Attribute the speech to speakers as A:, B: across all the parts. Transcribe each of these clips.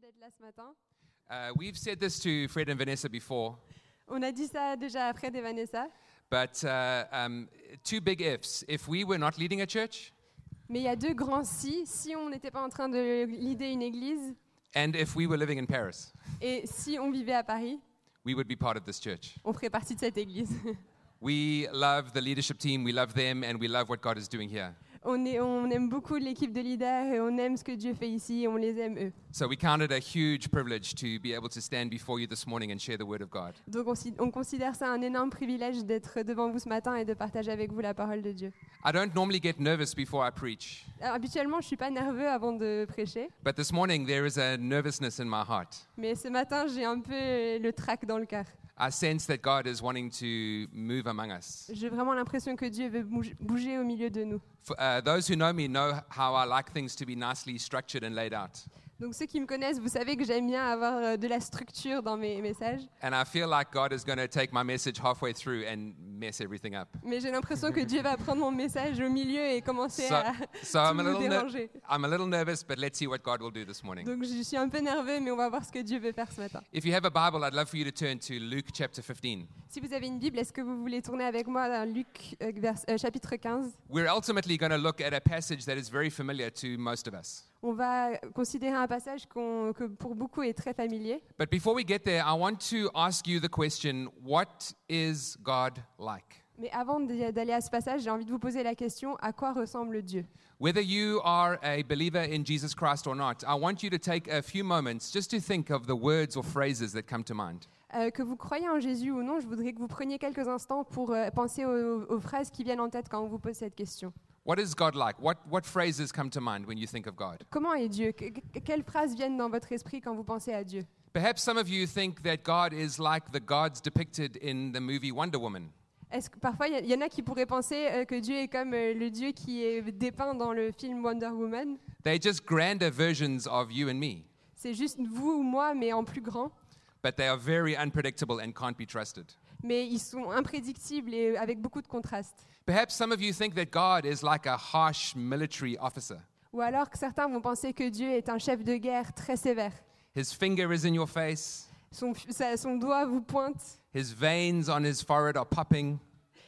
A: d'être là ce matin.
B: Uh, we've said this to Fred and Vanessa before,
A: On a dit ça déjà à Fred et Vanessa,
B: but uh, um, two big ifs. If we were not leading a church,
A: mais il y a deux grands si. Si on n'était pas en train de l'idée une église
B: and if we were living in Paris,
A: et si on vivait à Paris,
B: we would be part of this church.
A: on ferait partie de cette église.
B: We love the leadership team, we love them, and we love what God is doing here.
A: On, est, on aime beaucoup l'équipe de leaders et on aime ce que Dieu fait ici et on les aime eux.
B: So we count it a huge privilege to be able to stand before you this morning and share the word of God.
A: Donc on, si- on considère ça un énorme privilège d'être devant vous ce matin et de partager avec vous la parole de Dieu.
B: I don't normally get nervous before I preach,
A: Alors, habituellement, je suis pas nerveux avant de prêcher,
B: but this morning there is a nervousness in my heart.
A: mais ce matin, j'ai un peu euh, le trac dans le cœur.
B: I sense that God is wanting to move among us.
A: J'ai vraiment l'impression que Dieu veut bouge- bouger au milieu de nous.
B: For, uh, those who know me know how I like things to be nicely structured and laid out.
A: Donc ceux qui me connaissent, vous savez que j'aime bien avoir euh, de la structure dans mes messages,
B: And I feel like God is going to take my message halfway through and mess everything up.
A: mais j'ai l'impression que Dieu va prendre mon message au milieu et commencer
B: Ça- Ah,
A: à tout
B: So I'm a
A: me
B: little, ner-
A: déranger.
B: I'm a little nervous, but let's see what God will do this morning.
A: Donc je suis un peu nerveux, mais on va voir ce que Dieu veut faire ce matin.
B: If you have a Bible, I'd love for you to turn to Luke chapter 15.
A: Si vous avez une Bible, est-ce que vous voulez tourner avec moi dans Luc euh, vers- euh, chapitre 15
B: We're ultimately going to look at a passage that is very familiar to most of us.
A: On va considérer un passage qu'on- que pour beaucoup est très familier.
B: But before we get there, I want to ask you the question what is God like?
A: Mais avant d'y- d'aller à ce passage, j'ai envie de vous poser la question, à quoi ressemble Dieu
B: Whether you are a believer in Jesus Christ or not, I want you to take a few moments just to think of the words or phrases that come to mind.
A: Euh, Que vous croyez en Jésus ou non, je voudrais que vous preniez quelques instants pour euh, penser aux, aux phrases qui viennent en tête quand on vous pose cette question.
B: What is God like? What, what phrases come to mind when you think of God?
A: Comment est Dieu Que- que- Quelles phrases viennent dans votre esprit quand vous pensez à Dieu
B: Perhaps some of you think that God is like the gods depicted in the movie Wonder Woman.
A: Est-ce que parfois il y, y en a qui pourraient penser euh, que Dieu est comme euh, le Dieu qui est dépeint dans le film Wonder Woman
B: They're just grander versions of you and me,
A: C'est juste vous ou moi, mais en plus grand.
B: but they are very unpredictable and can't be trusted.
A: Mais ils sont imprédictibles et avec beaucoup de contrastes.
B: Perhaps some of you think that God is like a harsh military officer.
A: Ou alors que certains vont penser que Dieu est un chef de guerre très sévère.
B: His finger is in your face,
A: Son, f- sa- son doigt vous pointe,
B: his veins on his forehead are popping.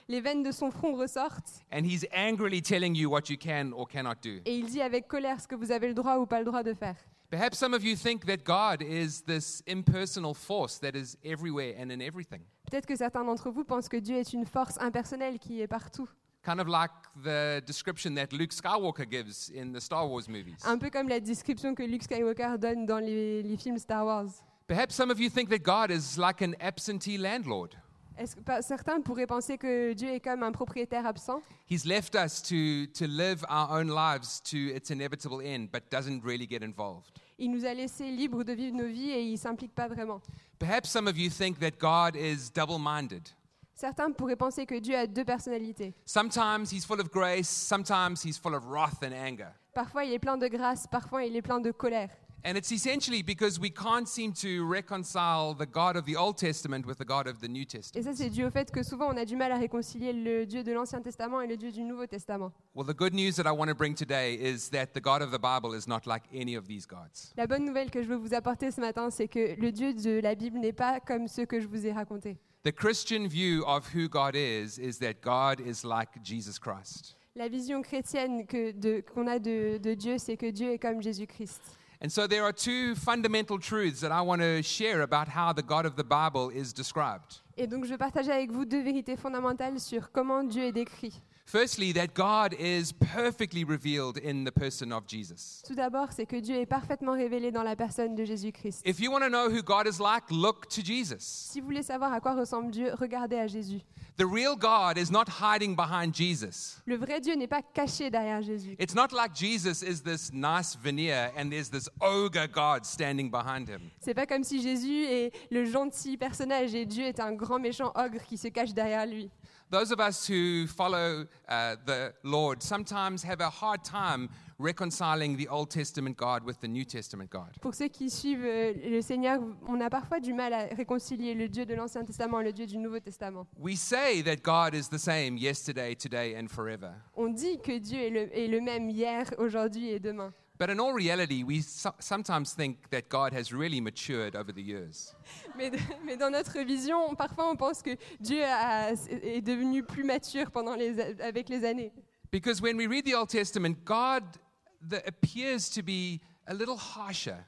A: les veines de son front ressortent,
B: and he's angrily telling you what you can or cannot do.
A: et il dit avec colère ce que vous avez le droit ou pas le droit de faire.
B: Perhaps some of you think that God is this impersonal force that is everywhere and in everything,
A: Peut-être que certains d'entre vous pensent que Dieu est une force impersonnelle qui est partout.
B: kind of like the description that Luke Skywalker gives in the Star Wars movies.
A: Un peu comme la description que Luke Skywalker donne dans les, les films Star Wars.
B: Perhaps some of you think that God is like an absentee landlord.
A: Est-ce que pas- certains pourraient penser que Dieu est comme un propriétaire absent
B: He's left us to, to live our own lives to its inevitable end, but doesn't really get involved.
A: Il nous a laissés libres de vivre nos vies et il s'implique pas vraiment.
B: Perhaps some of you think that God is double minded.
A: Certains pourraient penser que Dieu a deux personnalités.
B: Sometimes he's full of grace, sometimes he's full of wrath and anger.
A: Parfois il est plein de grâce, parfois il est plein de colère.
B: And it's essentially because we can't seem to reconcile the God of the Old Testament with the God of the New
A: Et
B: Testament.
A: ça c'est dû au fait que souvent on a du mal à réconcilier le Dieu de l'Ancien Testament et le Dieu du Nouveau Testament.
B: Well, the good news that I want to bring today is that the God of the Bible is not like any of these gods.
A: La bonne nouvelle que je veux vous apporter ce matin, c'est que le Dieu de la Bible n'est pas comme ceux que je vous ai racontés.
B: The Christian view of who God is is that God is like Jesus Christ.
A: La vision chrétienne que de- qu'on a de, de Dieu, c'est que Dieu est comme Jésus-Christ.
B: And so there are two fundamental truths that I want to share about how the God of the Bible is described.
A: Et donc je vais partager avec vous deux vérités fondamentales sur comment Dieu est décrit.
B: Firstly, that God is perfectly revealed in the person of Jesus.
A: Tout d'abord, c'est que Dieu est parfaitement révélé dans la personne de Jésus-Christ.
B: If you want to know who God is like, look to Jesus.
A: Si vous voulez savoir à quoi ressemble Dieu, regardez à Jésus.
B: The real God is not hiding behind Jesus.
A: Le vrai Dieu n'est pas caché derrière Jésus.
B: It's not like Jesus is this nice veneer and there's this ogre God standing behind him.
A: C'est pas comme si Jésus est le gentil personnage et Dieu est un grand méchant ogre qui se cache derrière lui.
B: Those of us who follow uh, the Lord sometimes have a hard time reconciling the Old Testament God with the New Testament God.
A: Pour ceux qui suivent euh, le Seigneur, on a parfois du mal à réconcilier le Dieu de l'Ancien Testament et le Dieu du Nouveau Testament.
B: We say that God is the same yesterday, today, and forever.
A: On dit que Dieu est le, est le même hier, aujourd'hui et demain.
B: But in all reality, we so- sometimes think that God has really matured over the years.
A: Mais, de- mais dans notre vision, parfois on pense que Dieu a- est devenu plus mature pendant les, a- avec les années.
B: Because when we read the Old Testament, God the, appears to be a little harsher,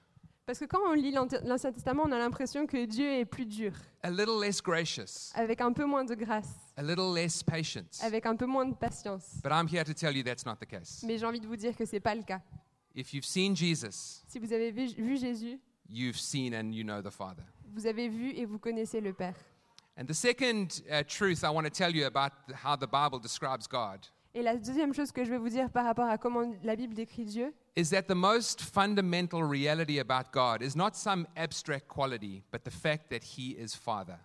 A: Parce que quand on lit l'Ant- l'Ancien Testament, on a l'impression que Dieu est plus dur,
B: a little less gracious,
A: avec un peu moins de grâce,
B: a little less patience.
A: avec un peu moins de patience.
B: But I'm here to tell you that's not the case.
A: Mais j'ai envie de vous dire que c'est pas le cas.
B: If you've seen Jesus,
A: Si vous avez vu, vu Jésus,
B: you've seen and you know the Father.
A: vous avez vu et vous connaissez le Père.
B: And the second uh, truth I want to tell you about how the Bible describes God
A: Et la deuxième chose que je vais vous dire par rapport à comment la Bible décrit Dieu,
B: is that the most fundamental reality about God is not some abstract quality, but the fact that He is Father.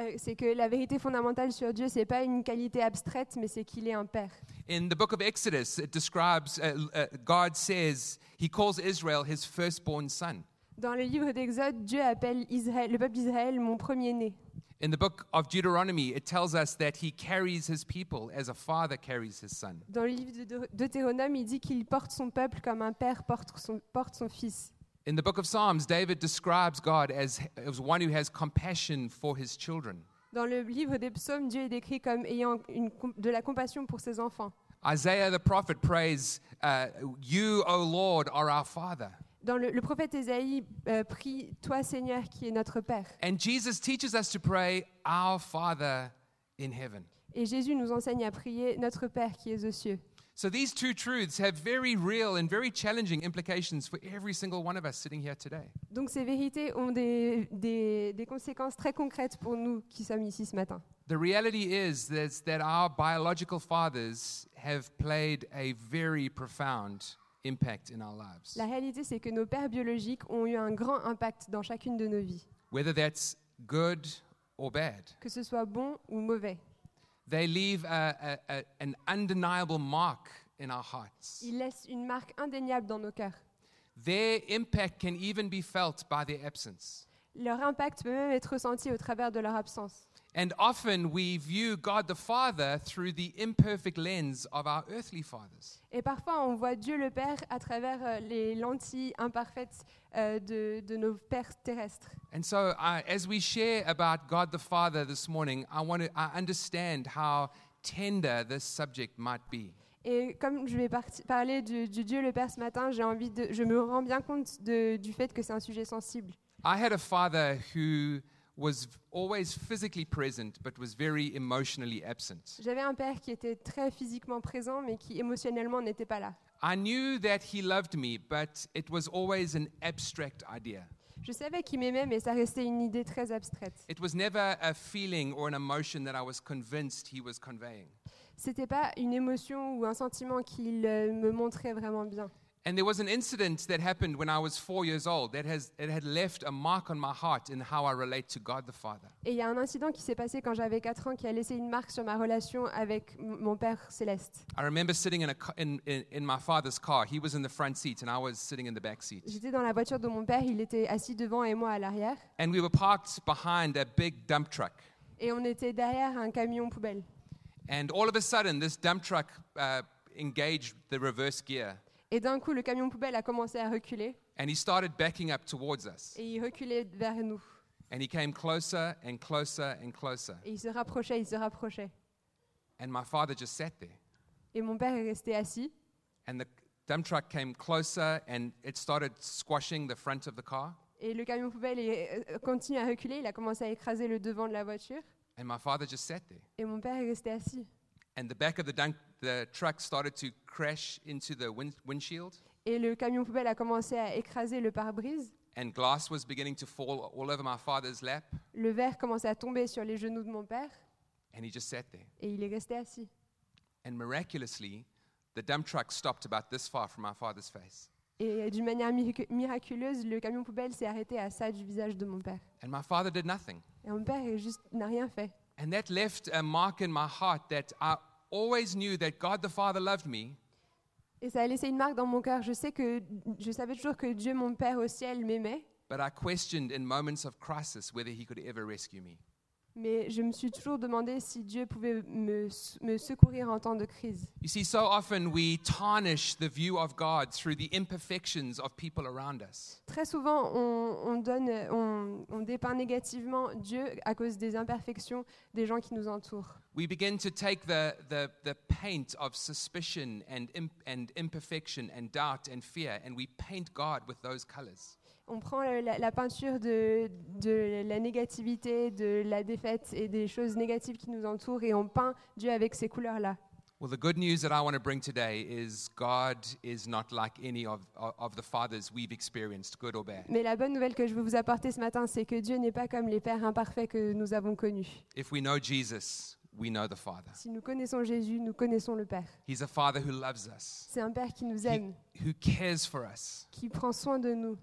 A: euh, c'est que la vérité fondamentale sur Dieu, c'est pas une qualité abstraite, mais c'est qu'il est un Père.
B: In the book of Exodus, it describes uh, uh, God says He calls Israel His firstborn son.
A: Dans le livre d'Exode, Dieu appelle Israël, le peuple d'Israël mon premier-né.
B: In the book of Deuteronomy, it tells us that He carries His people as a father carries his son.
A: Dans le livre de Deu- Deutéronome, il dit qu'il porte son peuple comme un père porte son, porte son fils.
B: In the book of Psalms, David describes God as, as one who has compassion for his children.
A: Dans le livre des psaumes, Dieu est décrit comme ayant une com- de la compassion pour ses enfants.
B: Isaiah the prophet prays, uh, You, O Lord, are our Father.
A: Dans le, le prophète Ésaïe euh, prie Toi, Seigneur, qui est notre Père.
B: And Jesus teaches us to pray, Our Father in heaven.
A: Et Jésus nous enseigne à prier Notre Père qui es aux cieux.
B: So these two truths have very real and very challenging implications for every single one of us sitting here today.
A: Donc ces vérités ont des, des- des conséquences très concrètes pour nous qui sommes ici ce matin.
B: The reality is that, that our biological fathers have played a very profound impact in our lives.
A: La réalité, c'est que nos pères biologiques ont eu un grand impact dans chacune de nos vies,
B: whether that's good or bad.
A: que ce soit bon ou mauvais.
B: They leave a, a- a- an undeniable mark in our hearts.
A: Ils laissent une marque indéniable dans nos cœurs.
B: Their impact can even be felt by their absence.
A: Leur impact peut même être ressenti au travers de leur absence.
B: And often we view God the Father through the imperfect lens of our earthly fathers.
A: Et parfois, on voit Dieu le Père à travers euh, les lentilles imparfaites euh, de, de nos pères terrestres.
B: And so, uh, as we share about God the Father this morning, I want to I understand how tender this subject might be.
A: Et comme je vais parti- parler du, du Dieu le Père ce matin, j'ai envie de, je me rends bien compte de- du fait que c'est un sujet sensible.
B: I had a father who was always physically present, but was very emotionally absent.
A: J'avais un père qui était très physiquement présent, mais qui émotionnellement n'était pas là.
B: I knew that he loved me, but it was always an abstract idea.
A: Je savais qu'il m'aimait, mais ça restait une idée très abstraite.
B: It was never a feeling or an emotion that I was convinced he was conveying.
A: C'était pas une émotion ou un sentiment qu'il euh, me montrait vraiment bien.
B: And there was an incident that happened when I was four years old that has, it had left a mark on my heart in how I relate to God the Father.
A: Et il y a un incident qui s'est passé quand j'avais 4 ans qui a laissé une marque sur ma relation avec m- mon père céleste.
B: I remember sitting in, a, ca- in, in, in my father's car. He was in the front seat, and I was sitting in the back seat.
A: J'étais dans la voiture de mon père, il était assis devant et moi à l'arrière,
B: And we were parked behind a big dump truck.
A: et on était derrière un camion poubelle.
B: And all of a sudden, this dump truck uh, engaged the reverse gear,
A: Et d'un coup, le camion poubelle a commencé à reculer
B: and he started backing up towards us.
A: et il reculait vers nous.
B: And he came closer and closer and closer.
A: Et il se rapprochait, il se rapprochait.
B: And my father just sat there.
A: Et mon père est resté assis
B: And the dump truck came closer, and it started squashing the front of the car.
A: et le camion poubelle est, euh, continue à reculer. Il a commencé à écraser le devant de la voiture
B: And my father just sat there.
A: et mon père est resté assis.
B: And the back of the, dunk, the truck started to crash into the wind, windshield,
A: Et le camion poubelle a commencé à écraser le pare-brise.
B: and glass was beginning to fall all over my father's lap.
A: Le verre commençait à tomber sur les genoux de mon père
B: And he just sat there.
A: et il est resté assis.
B: And miraculously, the dump truck stopped about this far from my father's face.
A: Et d'une manière miracu- miraculeuse, le camion poubelle s'est arrêté à ça du visage de mon père.
B: And my father did nothing.
A: Et mon père est juste n'a rien fait.
B: And that left a mark in my heart that I always knew that God the Father loved me,
A: Et ça a laissé une marque dans mon cœur. Je sais que je savais toujours que Dieu, mon Père au ciel, m'aimait,
B: but I questioned in moments of crisis whether he could ever rescue me.
A: Mais je me suis toujours demandé si Dieu pouvait me, s- me secourir en temps de crise.
B: You see, so often we tarnish the view of God through the imperfections of people around us.
A: Très souvent, on, on donne, euh, on, on dépeint négativement Dieu à cause des imperfections des gens qui nous entourent.
B: We begin to take the, the, the paint of suspicion and, imp- and imperfection and doubt and fear, and we paint God with those colors.
A: On prend la, la- la peinture de, de la négativité, de la défaite et des choses négatives qui nous entourent et on peint Dieu avec ces couleurs-là.
B: Well, the good news that I want to bring today is God is not like any of, of of the fathers we've experienced, good or bad.
A: Mais la bonne nouvelle que je veux vous apporter ce matin, c'est que Dieu n'est pas comme les pères imparfaits que nous avons connus.
B: If we know Jesus, we know the Father.
A: Si nous connaissons Jésus, nous connaissons le Père.
B: He's a Father who loves us,
A: C'est un Père qui nous
B: he-
A: aime,
B: who cares for us,
A: qui prend soin de nous,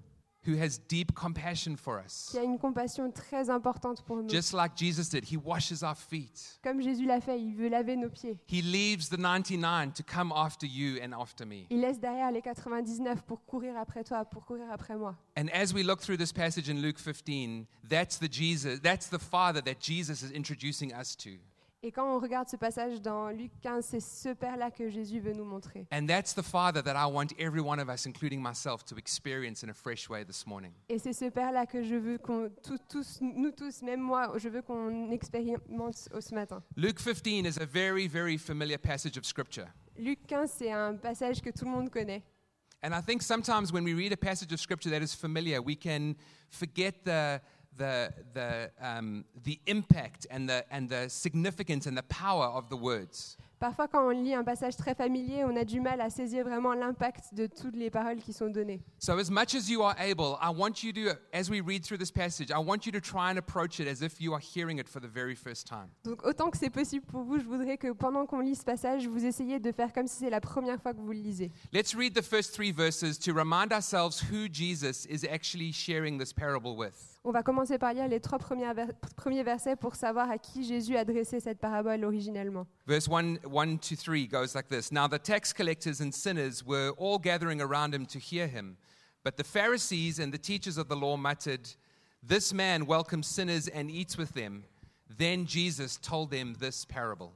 B: who has deep compassion for us.
A: qui a une compassion très importante pour nous.
B: Just like Jesus did, He washes our feet.
A: Comme Jésus l'a fait, il veut laver nos pieds.
B: He leaves the 99 to come after you and after me.
A: Il laisse derrière les 99 pour courir après toi, pour courir après moi.
B: And as we look through this passage in Luke 15, that's the Jesus, that's the Father that Jesus is introducing us to.
A: Et quand on regarde ce passage dans Luc 15, c'est ce Père-là que Jésus veut nous montrer.
B: And that's the Father that I want every one of us, including myself, to experience in a fresh way this morning.
A: Et c'est ce Père-là que je veux qu'on, tous- tous, nous tous, même moi, je veux qu'on expérimente ce matin.
B: Luke 15 is a very, very familiar passage of Scripture.
A: Luc 15, c'est un passage que tout le monde connaît.
B: And I think sometimes when we read a passage of scripture that is familiar, we can forget the, the, the, um, the impact and the, and the significance and the power of the words.
A: Parfois, quand on lit un passage très familier, on a du mal à saisir vraiment l'impact de toutes les paroles qui sont données.
B: So, as much as you are able, I want you to, as we read through this passage, I want you to try and approach it as if you are hearing it for the very first time.
A: Donc, autant que c'est possible pour vous, je voudrais que pendant qu'on lit ce passage, vous essayiez de faire comme si c'est la première fois que vous le lisez.
B: Let's read the first three verses to remind ourselves who Jesus is actually sharing this parable with.
A: On va commencer par lire les trois premières vers- premiers versets pour savoir à qui Jésus adressait cette parabole originellement.
B: Verse 1, 1 to 3 goes like this Now the tax collectors and sinners were all gathering around him to hear him. But the Pharisees and the teachers of the law muttered, This man welcomes sinners and eats with them. Then Jesus told them this parable.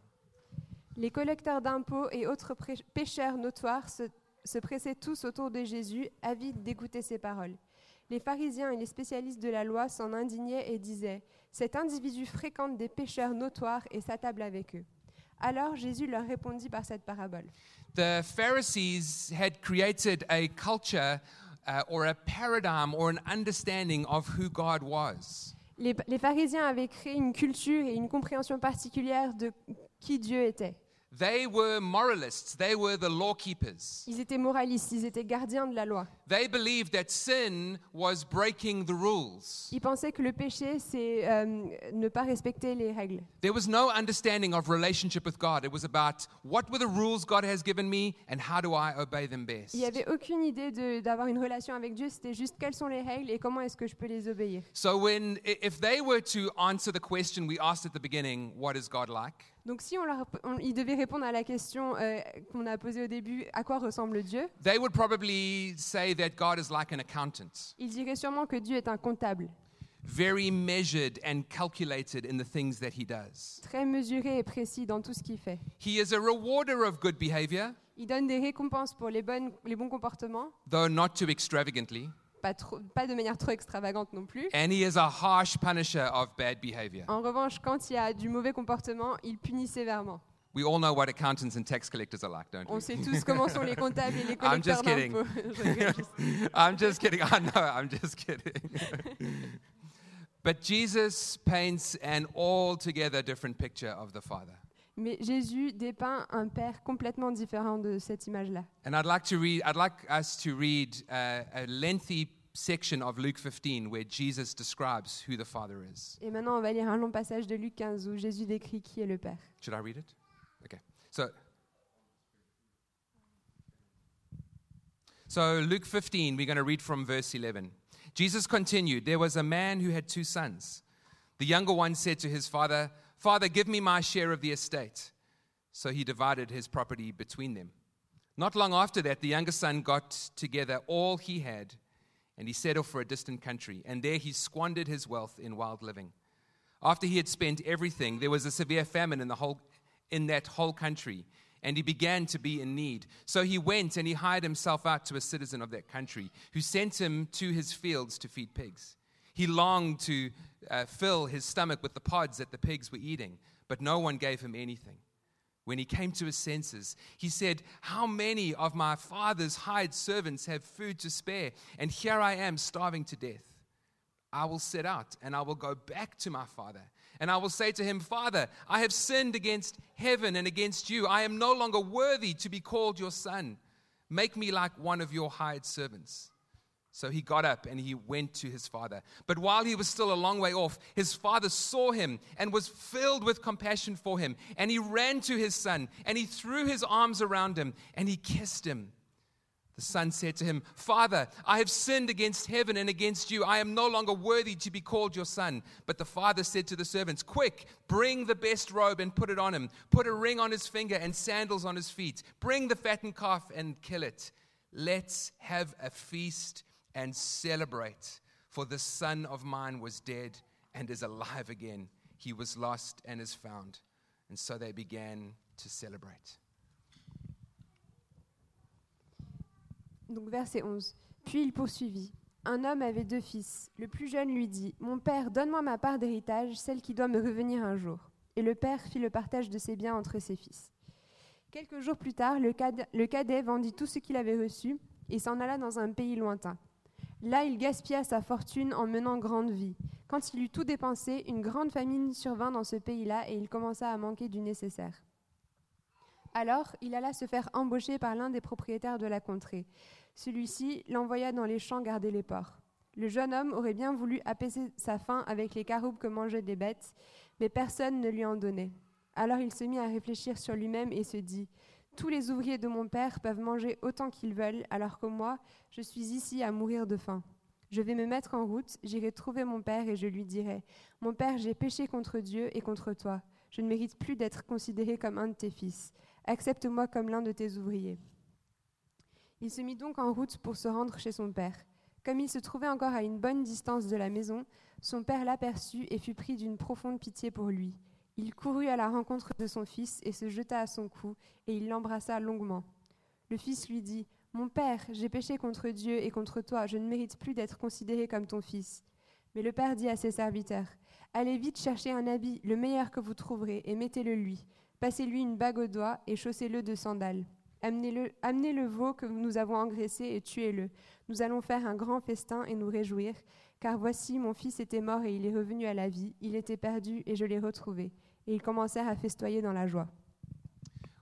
A: Les collecteurs d'impôts et autres pré- pécheurs notoires se, se pressaient tous autour de Jésus, avides d'écouter ses paroles. Les pharisiens et les spécialistes de la loi s'en indignaient et disaient Cet individu fréquente des pécheurs notoires et s'attable avec eux. Alors Jésus leur répondit par cette parabole.
B: The Pharisees had created a culture uh, or a paradigm or an understanding of who God was.
A: Les, les pharisiens avaient créé une culture et une compréhension particulière de qui Dieu était.
B: They were moralists, they were the law keepers.
A: Ils étaient moralistes, ils étaient gardiens de la loi.
B: They believed that sin was breaking the rules.
A: Ils pensaient que le péché, c'est euh, ne pas respecter les règles.
B: There was no understanding of relationship with God. It was about what were the rules God has given me and how do I obey them best.
A: Il n'y avait aucune idée de- d'avoir une relation avec Dieu, c'était juste quelles sont les règles et comment est-ce que je peux les obéir.
B: So when i- if they were to answer the question we asked at the beginning, what is God like?
A: Donc si on leur, on- ils devaient répondre à la question euh, qu'on a posée au début, à quoi ressemble Dieu
B: They would probably say that God is like an accountant,
A: Ils diraient sûrement que Dieu est un comptable,
B: very measured and calculated in the things that he does.
A: très mesuré et précis dans tout ce qu'il fait.
B: He is a rewarder of good behavior,
A: Il donne des récompenses pour les, bonnes, les bons comportements,
B: though not too extravagantly,
A: pas, trop, pas de manière trop extravagante non plus.
B: and he is a harsh punisher of bad behavior.
A: En revanche, quand il y a du mauvais comportement, il punit sévèrement.
B: We all know what accountants and tax collectors are like, don't we?
A: On sait tous comment sont les comptables et les collecteurs
B: just kidding.
A: d'impôts. Je rigole juste.
B: I'm just kidding. I know. I'm just kidding. but Jesus paints an altogether different picture of the Father.
A: Mais Jésus dépeint un père complètement différent de cette image-là.
B: And I'd like to read. I'd like us to read uh, a lengthy section of Luke 15 where Jesus describes who the Father is.
A: Et maintenant, on va lire un long passage de Luc 15 où Jésus décrit qui est le Père.
B: Should I read it? Okay. So So Luke 15, we're going to read from verse 11. Jesus continued, There was a man who had two sons. The younger one said to his father, Father, give me my share of the estate. So he divided his property between them. Not long after that, the younger son got together all he had, and he set off for a distant country, and there he squandered his wealth in wild living. After he had spent everything, there was a severe famine in, the whole, in that whole country, and he began to be in need. So he went and he hired himself out to a citizen of that country, who sent him to his fields to feed pigs. He longed to uh, fill his stomach with the pods that the pigs were eating, but no one gave him anything. When he came to his senses, he said, How many of my father's hired servants have food to spare? And here I am starving to death. I will set out and I will go back to my father. And I will say to him, Father, I have sinned against heaven and against you. I am no longer worthy to be called your son. Make me like one of your hired servants. So he got up and he went to his father. But while he was still a long way off, his father saw him and was filled with compassion for him. And he ran to his son and he threw his arms around him and he kissed him. The son said to him, Father, I have sinned against heaven and against you. I am no longer worthy to be called your son. But the father said to the servants, Quick, bring the best robe and put it on him. Put a ring on his finger and sandals on his feet. Bring the fattened calf and kill it. Let's have a feast and celebrate. For the son of mine was dead and is alive again. He was lost and is found. And so they began to celebrate.
A: Donc verset 11. Puis il poursuivit. Un homme avait deux fils. Le plus jeune lui dit, Mon père, donne-moi ma part d'héritage, celle qui doit me revenir un jour. Et le père fit le partage de ses biens entre ses fils. Quelques jours plus tard, le cad- le cadet vendit tout ce qu'il avait reçu et s'en alla dans un pays lointain. Là, il gaspilla sa fortune en menant grande vie. Quand il eut tout dépensé, une grande famine survint dans ce pays-là et il commença à manquer du nécessaire. Alors, il alla se faire embaucher par l'un des propriétaires de la contrée. Celui-ci l'envoya dans les champs garder les porcs. Le jeune homme aurait bien voulu apaiser sa faim avec les caroubes que mangeaient des bêtes, mais personne ne lui en donnait. Alors il se mit à réfléchir sur lui-même et se dit Tous les ouvriers de mon père peuvent manger autant qu'ils veulent, alors que moi, je suis ici à mourir de faim. Je vais me mettre en route, j'irai trouver mon père et je lui dirai Mon père, j'ai péché contre Dieu et contre toi. Je ne mérite plus d'être considéré comme un de tes fils. Accepte-moi comme l'un de tes ouvriers. Il se mit donc en route pour se rendre chez son père. Comme il se trouvait encore à une bonne distance de la maison, son père l'aperçut et fut pris d'une profonde pitié pour lui. Il courut à la rencontre de son fils et se jeta à son cou, et il l'embrassa longuement. Le fils lui dit Mon père, j'ai péché contre Dieu et contre toi, je ne mérite plus d'être considéré comme ton fils. Mais le père dit à ses serviteurs Allez vite chercher un habit, le meilleur que vous trouverez, et mettez-le lui. Passez-lui une bague au doigt et chaussez-le de sandales. Amenez-le, amenez le veau que nous avons engraissé et tuez-le. Nous allons faire un grand festin et nous réjouir, car voici, mon fils était mort et il est revenu à la vie. Il était perdu et je l'ai retrouvé. Et ils commencèrent à festoyer dans la joie.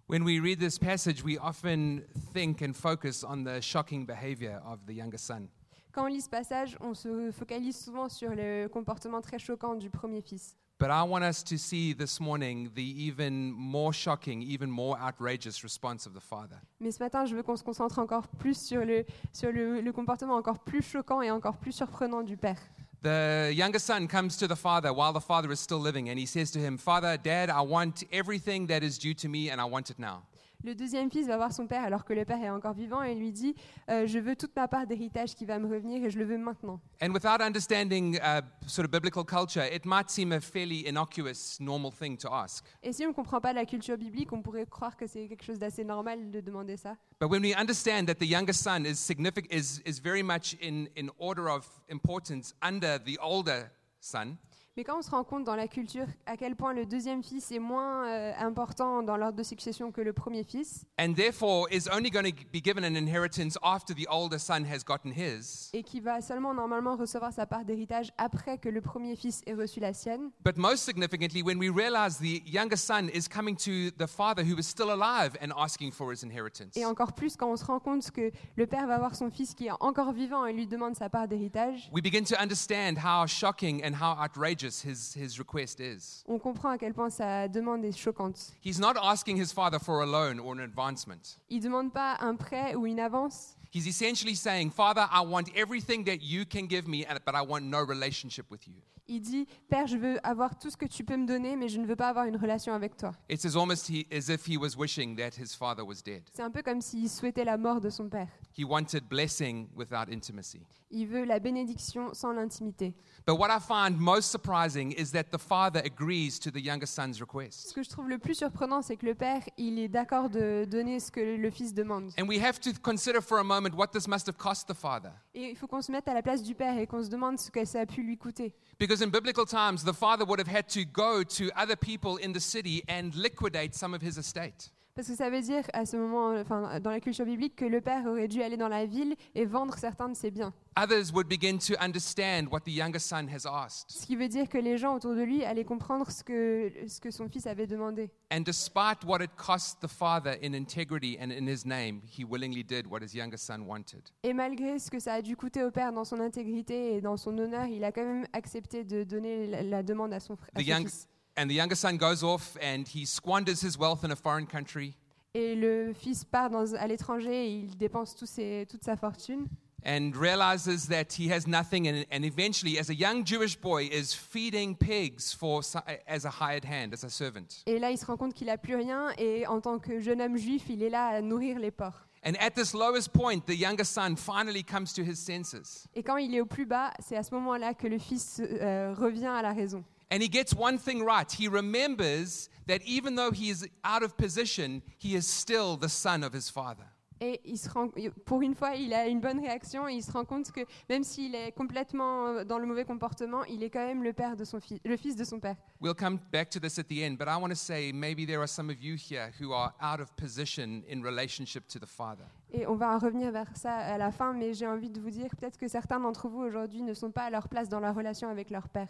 B: When we read this passage, we often think and focus on the shocking behavior of the younger son.
A: Quand on lit ce passage, on se focalise souvent sur le comportement très choquant du premier fils.
B: But I want us to see this morning the even more shocking, even more outrageous response of the father.
A: Mais ce matin, je veux qu'on se concentre encore plus sur le, sur le, le comportement encore plus choquant et encore plus surprenant du père.
B: The younger son comes to the father while the father is still living, and he says to him, Father, Dad, I want everything that is due to me, and I want it now.
A: Le deuxième fils va voir son père alors que le père est encore vivant et lui dit euh, Je veux toute ma part d'héritage qui va me revenir et je le veux maintenant.
B: And without understanding uh, sort of biblical culture, it might seem a fairly innocuous, normal thing to ask.
A: Et si on ne comprend pas la culture biblique, on pourrait croire que c'est quelque chose d'assez normal de demander ça.
B: But when we understand that the younger son is, signific- is, is very much in, in order of importance under the older son,
A: Mais quand on se rend compte dans la culture à quel point le deuxième fils est moins euh, important dans l'ordre de succession que le premier fils,
B: and therefore is only going to be given an inheritance after the older son has gotten his,
A: et qui va seulement normalement recevoir sa part d'héritage après que le premier fils ait reçu la sienne,
B: But most significantly, when we realize the younger son is coming to the father who is still alive and asking for his inheritance.
A: et encore plus quand on se rend compte que le père va voir son fils qui est encore vivant et lui demande sa part d'héritage,
B: We begin to understand how shocking and how outrageous his, his request is.
A: on comprend à quel point sa demande est choquante.
B: He's not asking his father for a loan or an advancement.
A: Il ne demande pas un prêt ou une avance.
B: He's essentially saying, Father, I want everything that you can give me, and- but I want no relationship with you.
A: Il Il dit, Père, je veux avoir tout ce que tu peux me donner, mais je ne veux pas avoir une relation avec toi.
B: It's as almost he, as if he was wishing that his father was dead.
A: C'est un peu comme s'il souhaitait la mort de son père.
B: He wanted blessing without intimacy.
A: Il veut la bénédiction sans l'intimité.
B: But what I find most surprising is that the father agrees to the younger son's
A: Ce
B: request.
A: que je trouve le plus surprenant, c'est que le père, il est d'accord de donner ce que le fils demande.
B: And we have to consider for a moment what this must have cost the father.
A: Et il faut qu'on se mette à la place du père et qu'on se demande ce que ça a pu lui coûter.
B: Because in biblical times, the father would have had to go to other people in the city and liquidate some of his estate.
A: Parce que ça veut dire, à ce moment, enfin, dans la culture biblique, que le père aurait dû aller dans la ville et vendre certains de ses biens.
B: Others would begin to understand what the younger son has asked.
A: Ce qui veut dire que les gens autour de lui allaient comprendre ce que, ce que son fils avait demandé.
B: And despite what it cost the father in integrity and in his name, he willingly did what his younger son wanted.
A: Et malgré ce que ça a dû coûter au père dans son intégrité et dans son honneur, il a quand même accepté de donner la, la demande à son, frère, à
B: The
A: son
B: young,
A: fils.
B: and the younger son goes off and he squanders his wealth in a foreign country.
A: Et le fils part dans- à l'étranger et il dépense tout ses- toute sa fortune.
B: and realizes that he has nothing and, and eventually as a young jewish boy is feeding pigs for so- as a hired hand as a servant
A: Et là, il se rend compte qu'il n'a plus rien et en tant que jeune homme juif, il est là à nourrir les porcs.
B: and at this lowest point the younger son finally comes to his senses
A: Et quand il est au plus bas, c'est à ce moment-là que le fils euh, revient à la raison.
B: and he gets one thing right he remembers that even though he is out of position he is still the son of his father
A: Et il se rend, pour une fois, il a une bonne réaction et il se rend compte que même s'il est complètement euh, dans le mauvais comportement, il est quand même le, père de son fils, le fils de son père.
B: we'll come back to this at the end but i want to say maybe there are some of you here who are out of position in relationship to the father
A: Et on va en revenir vers ça à la fin, mais j'ai envie de vous dire peut-être que certains d'entre vous aujourd'hui ne sont pas à leur place dans leur relation avec leur père.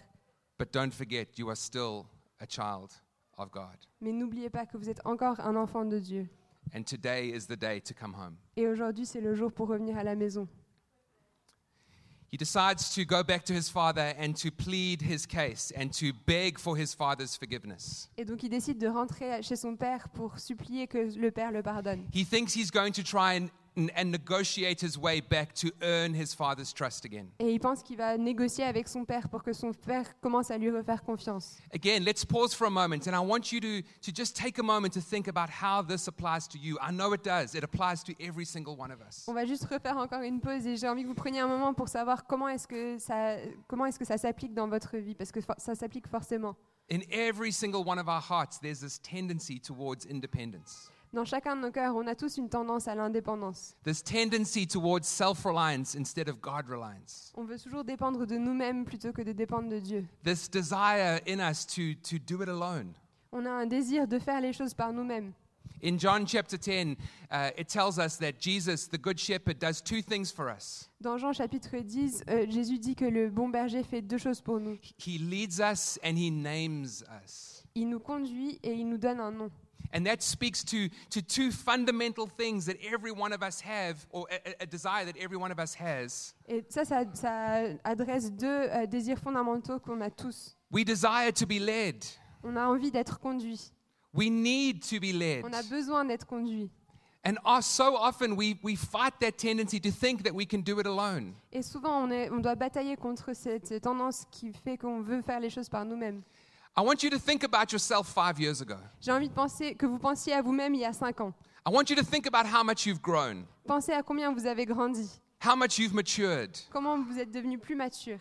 B: but don't forget you are still a child of god
A: Mais n'oubliez pas que vous êtes encore un enfant de Dieu.
B: And today is the day to come home.
A: Et aujourd'hui, c'est le jour pour revenir à la maison.
B: He decides to go back to his father and to plead his case and to beg for his father's forgiveness.
A: Et donc il décide de rentrer chez son père pour supplier que le père le pardonne.
B: He thinks he's going to try and, and, and negotiate his way back to earn his father's trust again.
A: Et il pense qu'il va négocier avec son père pour que son père commence à lui refaire confiance.
B: Again, let's pause for a moment and I want you to, to just take a moment to think about how this applies to you. I know it does, it applies to every single one of us.
A: On va juste refaire encore une pause et j'ai envie que vous preniez un moment pour savoir comment est-ce que ça, comment est-ce que ça s'applique dans votre vie, parce que for- ça s'applique forcément.
B: In every single one of our hearts, there's this tendency towards independence,
A: Dans chacun de nos cœurs, on a tous une tendance à l'indépendance.
B: this tendency towards self reliance instead of God reliance.
A: On veut toujours dépendre de nous-mêmes plutôt que de dépendre de Dieu.
B: this desire in us to, to do it alone.
A: On a un désir de faire les choses par nous-mêmes.
B: In John chapter 10, uh, it tells us that Jesus, the Good Shepherd, does two things for us.
A: Dans Jean chapitre 10, euh, Jésus dit que le bon berger fait deux choses pour nous.
B: He leads us and he names us.
A: Il nous conduit et il nous donne un nom.
B: And that speaks to, to two fundamental things that every one of us have, or a, a- a desire that every one of us has.
A: Et ça, ça, ça adresse deux euh, désirs fondamentaux qu'on a tous.
B: We desire to be led,
A: On a envie d'être conduit.
B: we need to be led.
A: On a besoin d'être conduit.
B: And are, so often we, we fight that tendency to think that we can do it alone.
A: Et souvent, on, est- on doit batailler contre cette tendance qui fait qu'on veut faire les choses par nous-mêmes.
B: I want you to think about yourself five years ago.
A: J'ai envie de penser que vous pensiez à vous-même il y a cinq ans.
B: I want you to think about how much you've grown,
A: Pensez à combien vous avez grandi,
B: how much you've matured,
A: comment vous êtes devenu plus mature,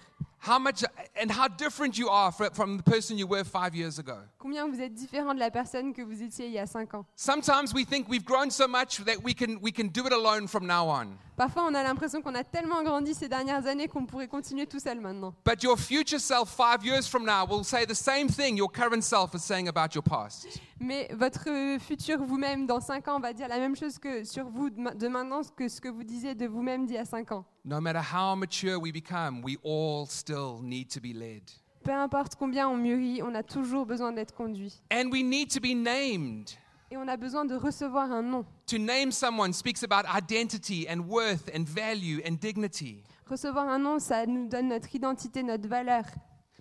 B: how much and how different you are fr- from the person you were five years ago.
A: combien vous êtes différent de la personne que vous étiez il y a cinq ans.
B: Sometimes we think we've grown so much that we can, we can do it alone from now on.
A: Parfois, on a l'impression qu'on a tellement grandi ces dernières années qu'on pourrait continuer tout seul maintenant.
B: But your future self, five years from now, will say the same thing your current self is saying about your past.
A: Mais votre euh, futur vous-même dans 5 ans va dire la même chose que sur vous de ma- de maintenant que ce que vous disiez de vous-même d'il y a 5 ans.
B: No matter how mature we become, we all still need to be led.
A: Peu importe combien on mûrit, on a toujours besoin d'être conduit.
B: And we need to be named.
A: Et on a besoin de recevoir un nom.
B: To name someone speaks about identity and worth and value and dignity.
A: Recevoir un nom, ça nous donne notre identité, notre valeur.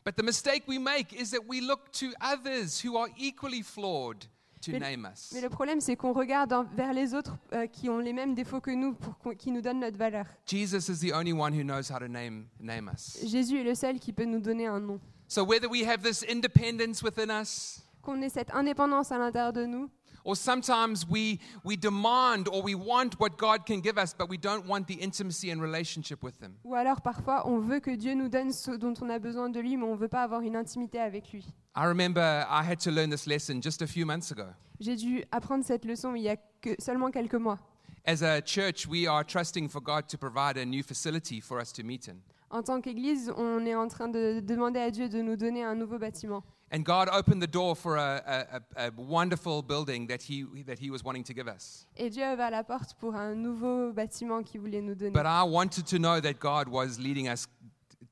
B: But the mistake we make is that we look to others who are equally flawed to
A: Mais-
B: name us.
A: Mais le problème, c'est qu'on regarde en- vers les autres euh, qui ont les mêmes défauts que nous pour qu'on- qui nous donnent notre valeur.
B: Jesus is the only one who knows how to name, name us.
A: Jésus est le seul qui peut nous donner un nom.
B: So, whether we have this independence within us,
A: qu'on ait cette indépendance à l'intérieur de nous,
B: or sometimes we, we demand or we want what God can give us, but we don't want the intimacy and relationship with Him.
A: ou alors parfois on veut que Dieu nous donne ce dont on a besoin de lui, mais on ne veut pas avoir une intimité avec lui.
B: I remember I had to learn this lesson just a few months ago.
A: J'ai dû apprendre cette leçon il y a que seulement quelques mois.
B: As a church, we are trusting for God to provide a new facility for us to meet in.
A: En tant qu'Église, on est en train de demander à Dieu de nous donner un nouveau bâtiment.
B: And God opened the door for a, a, a, a wonderful building that he, that he was wanting to give us.
A: Et Dieu avait à la porte pour un nouveau bâtiment qu'il voulait nous donner.
B: But I wanted to know that God was leading us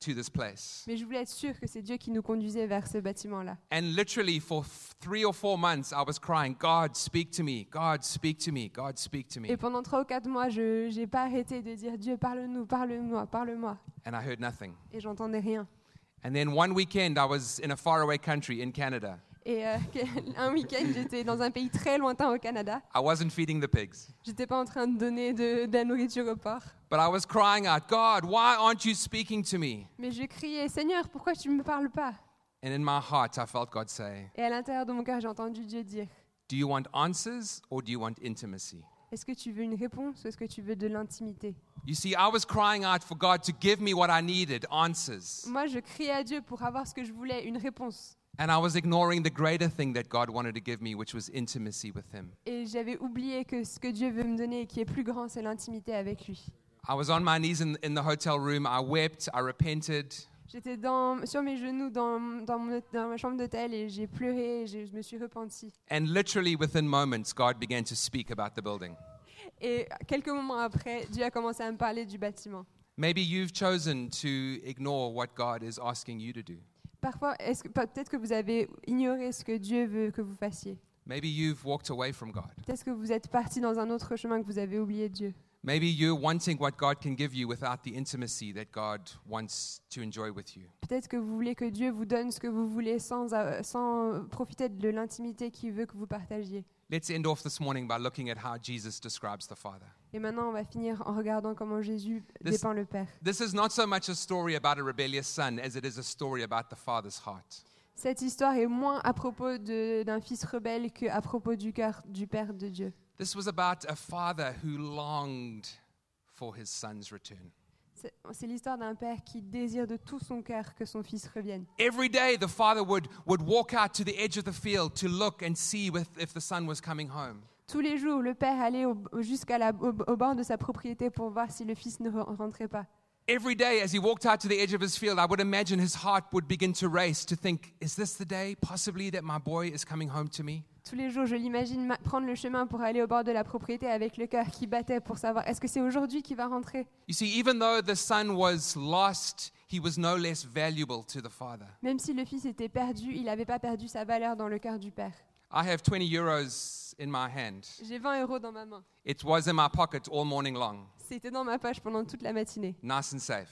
B: to this place.
A: Mais je voulais être sûre que c'est Dieu qui nous conduisait vers ce bâtiment-là.
B: And literally for f- three or four months, I was crying, God, speak to me. God, speak to me. God, speak to me.
A: Et pendant trois ou quatre mois, je n'ai pas arrêté de dire Dieu, parle-nous, parle-moi, parle-moi.
B: And I heard nothing.
A: Et j'entendais rien.
B: And then one weekend, I was in a faraway country in Canada.
A: Et euh, un week-end, j'étais dans un pays très lointain au Canada.
B: I wasn't feeding the pigs,
A: J'étais pas en train de donner de, de la nourriture au porc.
B: but I was crying out, God, why aren't you speaking to me?
A: Mais je criais Seigneur, pourquoi tu ne me parles pas
B: And in my heart, I felt God say,
A: Et à l'intérieur de mon cœur, j'ai entendu Dieu dire
B: Do you want answers or do you want intimacy?
A: Est-ce que tu veux une réponse ou est-ce que tu veux de l'intimité
B: You see, I was crying out for God to give me what I needed answers.
A: Moi, je criais à Dieu pour avoir ce que je voulais, une réponse.
B: And I was ignoring the greater thing that God wanted to give me, which was intimacy with Him.
A: Et j'avais oublié que ce que Dieu veut me donner et qui est plus grand, c'est l'intimité avec lui.
B: I was on my knees in, in the hotel room. I wept. I repented.
A: J'étais dans- sur mes genoux dans, dans mon- dans ma chambre d'hôtel et j'ai pleuré, et j'ai- je me suis repentie.
B: And literally within moments, God began to speak about the building.
A: Et quelques moments après, Dieu a commencé à me parler du bâtiment.
B: Maybe you've chosen to ignore what God is asking you to do.
A: Parfois, est-ce que- peut-être que vous avez ignoré ce que Dieu veut que vous fassiez.
B: Maybe you've walked away from God.
A: Peut-être que vous êtes parti dans un autre chemin que vous avez oublié Dieu.
B: Maybe you're wanting what God can give you without the intimacy that God wants to enjoy with you.
A: Peut-être que vous voulez que Dieu vous donne ce que vous voulez sans, euh, sans profiter de l'intimité qu'il veut que vous partagiez.
B: Let's end off this morning by looking at how Jesus describes the Father.
A: Et maintenant, on va finir en regardant comment Jésus
B: This-
A: dépeint le Père.
B: This is not so much a story about a rebellious son as it is a story about the Father's heart.
A: Cette histoire est moins à propos de- d'un fils rebelle qu'à propos du cœur du Père de Dieu.
B: This was about a father who longed for his son's return.
A: C'est c'est l'histoire d'un Père qui désire de tout son cœur que son fils revienne.
B: Every day, the father would, would walk out to the edge of the field to look and see with, if the son was coming home.
A: Tous les jours, le Père allait au- jusqu'à la- au, au bord de sa propriété pour voir si le fils ne re- rentrait pas.
B: Every day, as he walked out to the edge of his field, I would imagine his heart would begin to race to think, is this the day possibly that my boy is coming home to me?
A: Tous les jours, je l'imagine ma- prendre le chemin pour aller au bord de la propriété avec le cœur qui battait pour savoir est-ce que c'est aujourd'hui qu'il va rentrer.
B: You see, even though the son was lost, he was no less valuable to the father.
A: Même si le fils était perdu, il n'avait pas perdu sa valeur dans le cœur du père.
B: I have 20 euros in my hand.
A: J'ai 20 euros dans ma main.
B: It was in my pocket all morning long,
A: C'était dans ma poche pendant toute la matinée,
B: nice and safe.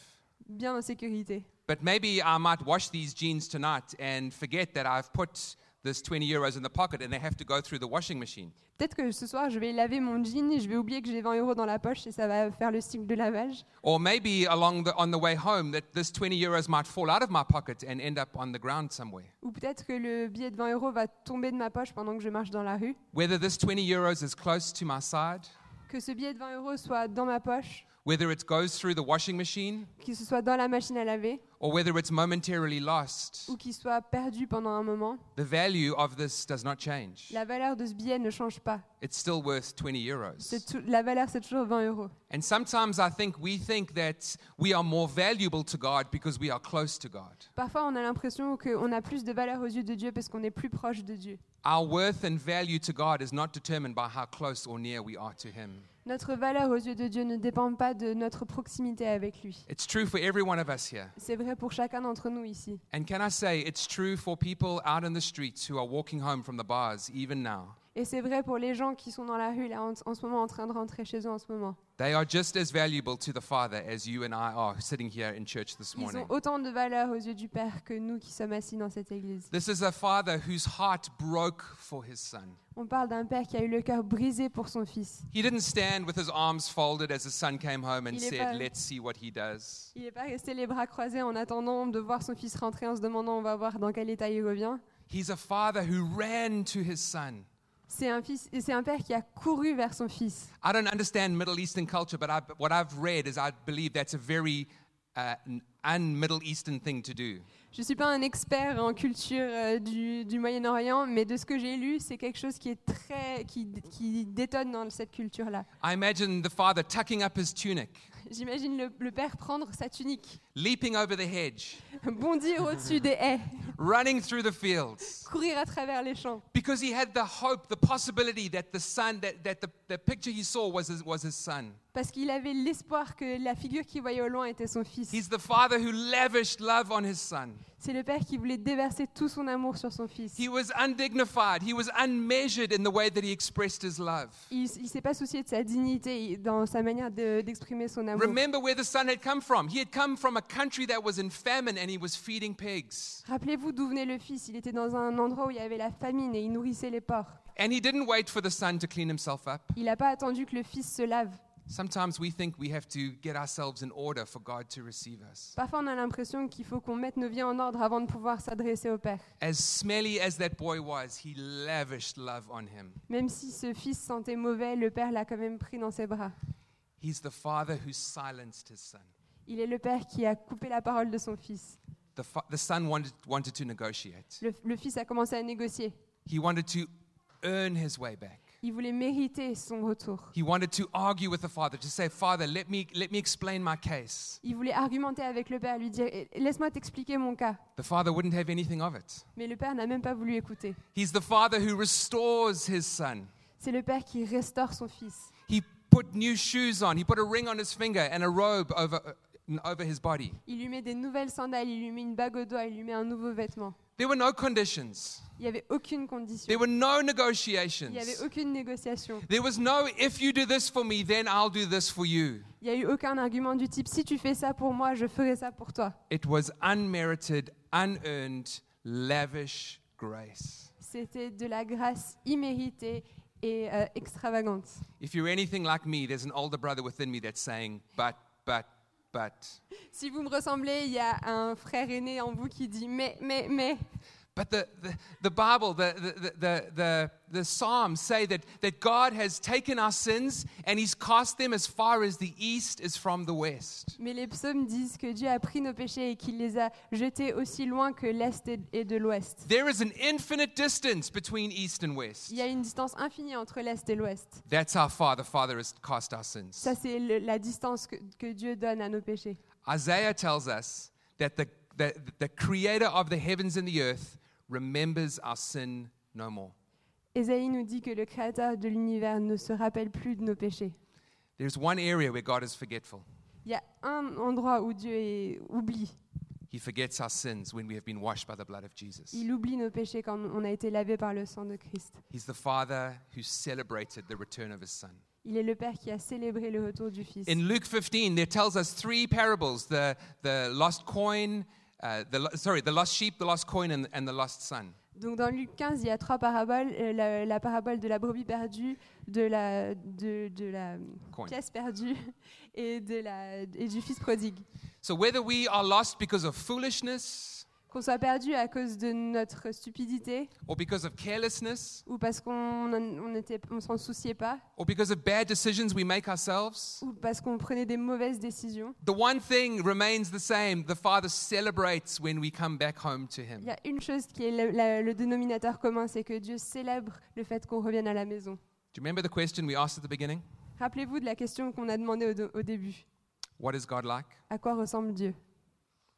A: bien en sécurité.
B: But maybe I might wash these jeans tonight and forget that I've put this 20 euros in the pocket and they have to go through the washing machine.
A: Peut-être que ce soir, je vais laver mon jean et je vais oublier que j'ai 20 euros dans la poche et ça va faire le cycle de lavage.
B: Or maybe along the, on the way home that this 20 euros might fall out of my pocket and end up on the ground somewhere.
A: Ou peut-être que le billet de 20 euros va tomber de ma poche pendant que je marche dans la rue.
B: Whether this 20 euros is close to my side,
A: Que ce billet de 20 euros soit dans ma poche,
B: whether it goes through the washing machine,
A: qu'il se soit dans la machine à laver
B: or whether it's momentarily lost,
A: ou qu'il soit perdu pendant un moment.
B: the value of this does not change.
A: La valeur de ce billet ne change pas.
B: It's still worth 20
A: C'est
B: euros.
A: tout- la valeur, c'est toujours 20 euros.
B: And sometimes I think we think that we are more valuable to God because we are close to God.
A: Parfois, on a l'impression qu'on a plus de valeur aux yeux de Dieu parce qu'on est plus proche de Dieu.
B: Our worth and value to God is not determined by how close or near we are to Him.
A: Notre valeur aux yeux de Dieu ne dépend pas de notre proximité avec lui.
B: It's true for every one of us here.
A: C'est vrai pour chacun d'entre nous ici.
B: And can I say, it's true for people out in the streets who are walking home from the bars even now.
A: Et c'est vrai pour les gens qui sont dans la rue là en, en ce moment, en train de rentrer chez eux en ce moment.
B: They are just as valuable to the Father as you and I are sitting here in church this
A: Ils
B: morning.
A: ont autant de valeur aux yeux du Père que nous qui sommes assis dans cette église.
B: This is a father whose heart broke for his son.
A: On parle d'un Père qui a eu le cœur brisé pour son Fils.
B: He didn't stand with his arms folded as his son came home and
A: Il est
B: said,
A: pas-
B: Let's see what he does.
A: Il n'est pas resté les bras croisés en attendant de voir son Fils rentrer en se demandant on va voir dans quel état il revient.
B: He's a father who ran to his son.
A: C'est un, fils, et c'est un Père qui a couru vers son Fils.
B: I don't understand Middle Eastern culture, but I, what I've read is I believe that's a very uh, un Middle Eastern thing to do.
A: Je ne suis pas un expert en culture euh, du, du Moyen-Orient, mais de ce que j'ai lu, c'est quelque chose qui est très qui, qui détonne dans cette culture-là.
B: I imagine the father tucking up his tunic,
A: J'imagine le, le père prendre sa tunique,
B: leaping over the hedge,
A: bondir au-dessus des haies,
B: running through the fields.
A: courir à travers les champs,
B: Because he had the hope, the possibility that the son, that, that the, the picture he saw was his, was his son.
A: parce qu'il avait l'espoir que la figure qu'il voyait au loin était son fils.
B: He's the father who lavished love on his son.
A: C'est le père qui voulait déverser tout son amour sur son fils.
B: He was undignified. He was unmeasured in the way that he expressed his love.
A: Il ne s'est pas soucié de sa dignité il- dans sa manière de- d'exprimer son amour.
B: Remember where the son had come from. He had come from a country that was in famine and he was feeding pigs.
A: Rappelez-vous d'où venait le fils. Il était dans un endroit où il y avait la famine et il nourrissait les porcs.
B: And he didn't wait for the son to clean himself up.
A: Il n'a pas attendu que le fils se lave.
B: Sometimes we think we have to get ourselves in order for God to receive us.
A: Parfois, on a l'impression qu'il faut qu'on mette nos vies en ordre avant de pouvoir s'adresser au Père.
B: As smelly as that boy was, he lavished love on him.
A: Même si ce fils sentait mauvais, le Père l'a quand même pris dans ses bras.
B: He's the father who silenced his son.
A: Il est le Père qui a coupé la parole de son fils.
B: The, fa- the son wanted, wanted to negotiate,
A: Le, le fils a commencé à négocier.
B: he wanted to earn his way back.
A: Il voulait mériter son retour.
B: He wanted to argue with the father to say, Father, let me, let me explain my case.
A: Il voulait argumenter avec le Père, lui dire Eh, Laisse-moi t'expliquer mon cas.
B: The father wouldn't have anything of it.
A: Mais le Père n'a même pas voulu écouter.
B: He's the father who restores his son.
A: C'est le Père qui restaure son fils.
B: He put new shoes on. He put a ring on his finger and a robe over, uh, over his body.
A: Il lui met des nouvelles sandales, il lui met une bague au doigt, il lui met un nouveau vêtement.
B: There were no conditions.
A: Il n'y avait aucune condition.
B: There were no
A: Il n'y avait
B: negotiations.
A: aucune négociation.
B: There was no, if you do this for me, then I'll do this for you.
A: Il n'y a eu aucun argument du type si tu fais ça pour moi, je ferai ça pour toi.
B: It was unmerited, unearned, lavish grace.
A: C'était de la grâce imméritée et euh, extravagante.
B: If you're anything like me, there's an older brother within me that's saying, but, but, but.
A: Si vous me ressemblez, il y a un frère aîné en vous qui dit mais, mais, mais.
B: But the, the, the Bible, the, the, the, the, the Psalms say that, that God has taken our sins and He's cast them as far as the east is from the west.
A: Mais les psaumes disent que Dieu a pris nos péchés et qu'il les a jetés aussi loin que l'Est et- et de l'Ouest.
B: There is an infinite distance between east and west.
A: Il y a une distance infinie entre l'Est et l'Ouest.
B: That's how far the Father has cast our sins.
A: Ça, c'est le- la distance que, que Dieu donne à nos péchés.
B: Isaiah tells us that the, the, the Creator of the heavens and the earth remembers our sin no more.
A: Ésaïe nous dit que le Créateur de l'univers ne se rappelle plus de nos péchés.
B: There's one area where God is forgetful.
A: Il y a un endroit où Dieu est- oublie.
B: He forgets our sins when we have been washed by the blood of Jesus.
A: Il oublie nos péchés quand on a été lavé par le sang de Christ.
B: He's the father who celebrated the return of his son.
A: Il est le Père qui a célébré le retour du Fils.
B: In Luke 15, there tells us three parables the, the lost coin, uh, the, lo- sorry, the lost sheep, the lost coin, and, and the lost son.
A: Donc dans Luc 15, il y a trois paraboles. Euh, La, la parabole de la brebis perdue, de la, de, de la
B: Coin.
A: pièce perdue et, de la, et du Fils prodigue.
B: So whether we are lost because of foolishness
A: Qu'on soit perdu à cause de notre stupidité
B: or because of carelessness
A: ou parce qu'on en- on était- on s'en souciait pas
B: or because of bad decisions we make ourselves,
A: ou parce qu'on prenait des mauvaises décisions,
B: the one thing remains the same. The father celebrates when we come back home to
A: il
B: him.
A: y a une chose qui est le- la- le dénominateur commun, c'est que Dieu célèbre le fait qu'on revienne à la maison.
B: Do you remember the question we asked at the beginning?
A: Rappelez-vous de la question qu'on a demandée au, de- au début.
B: What is God like?
A: À quoi ressemble Dieu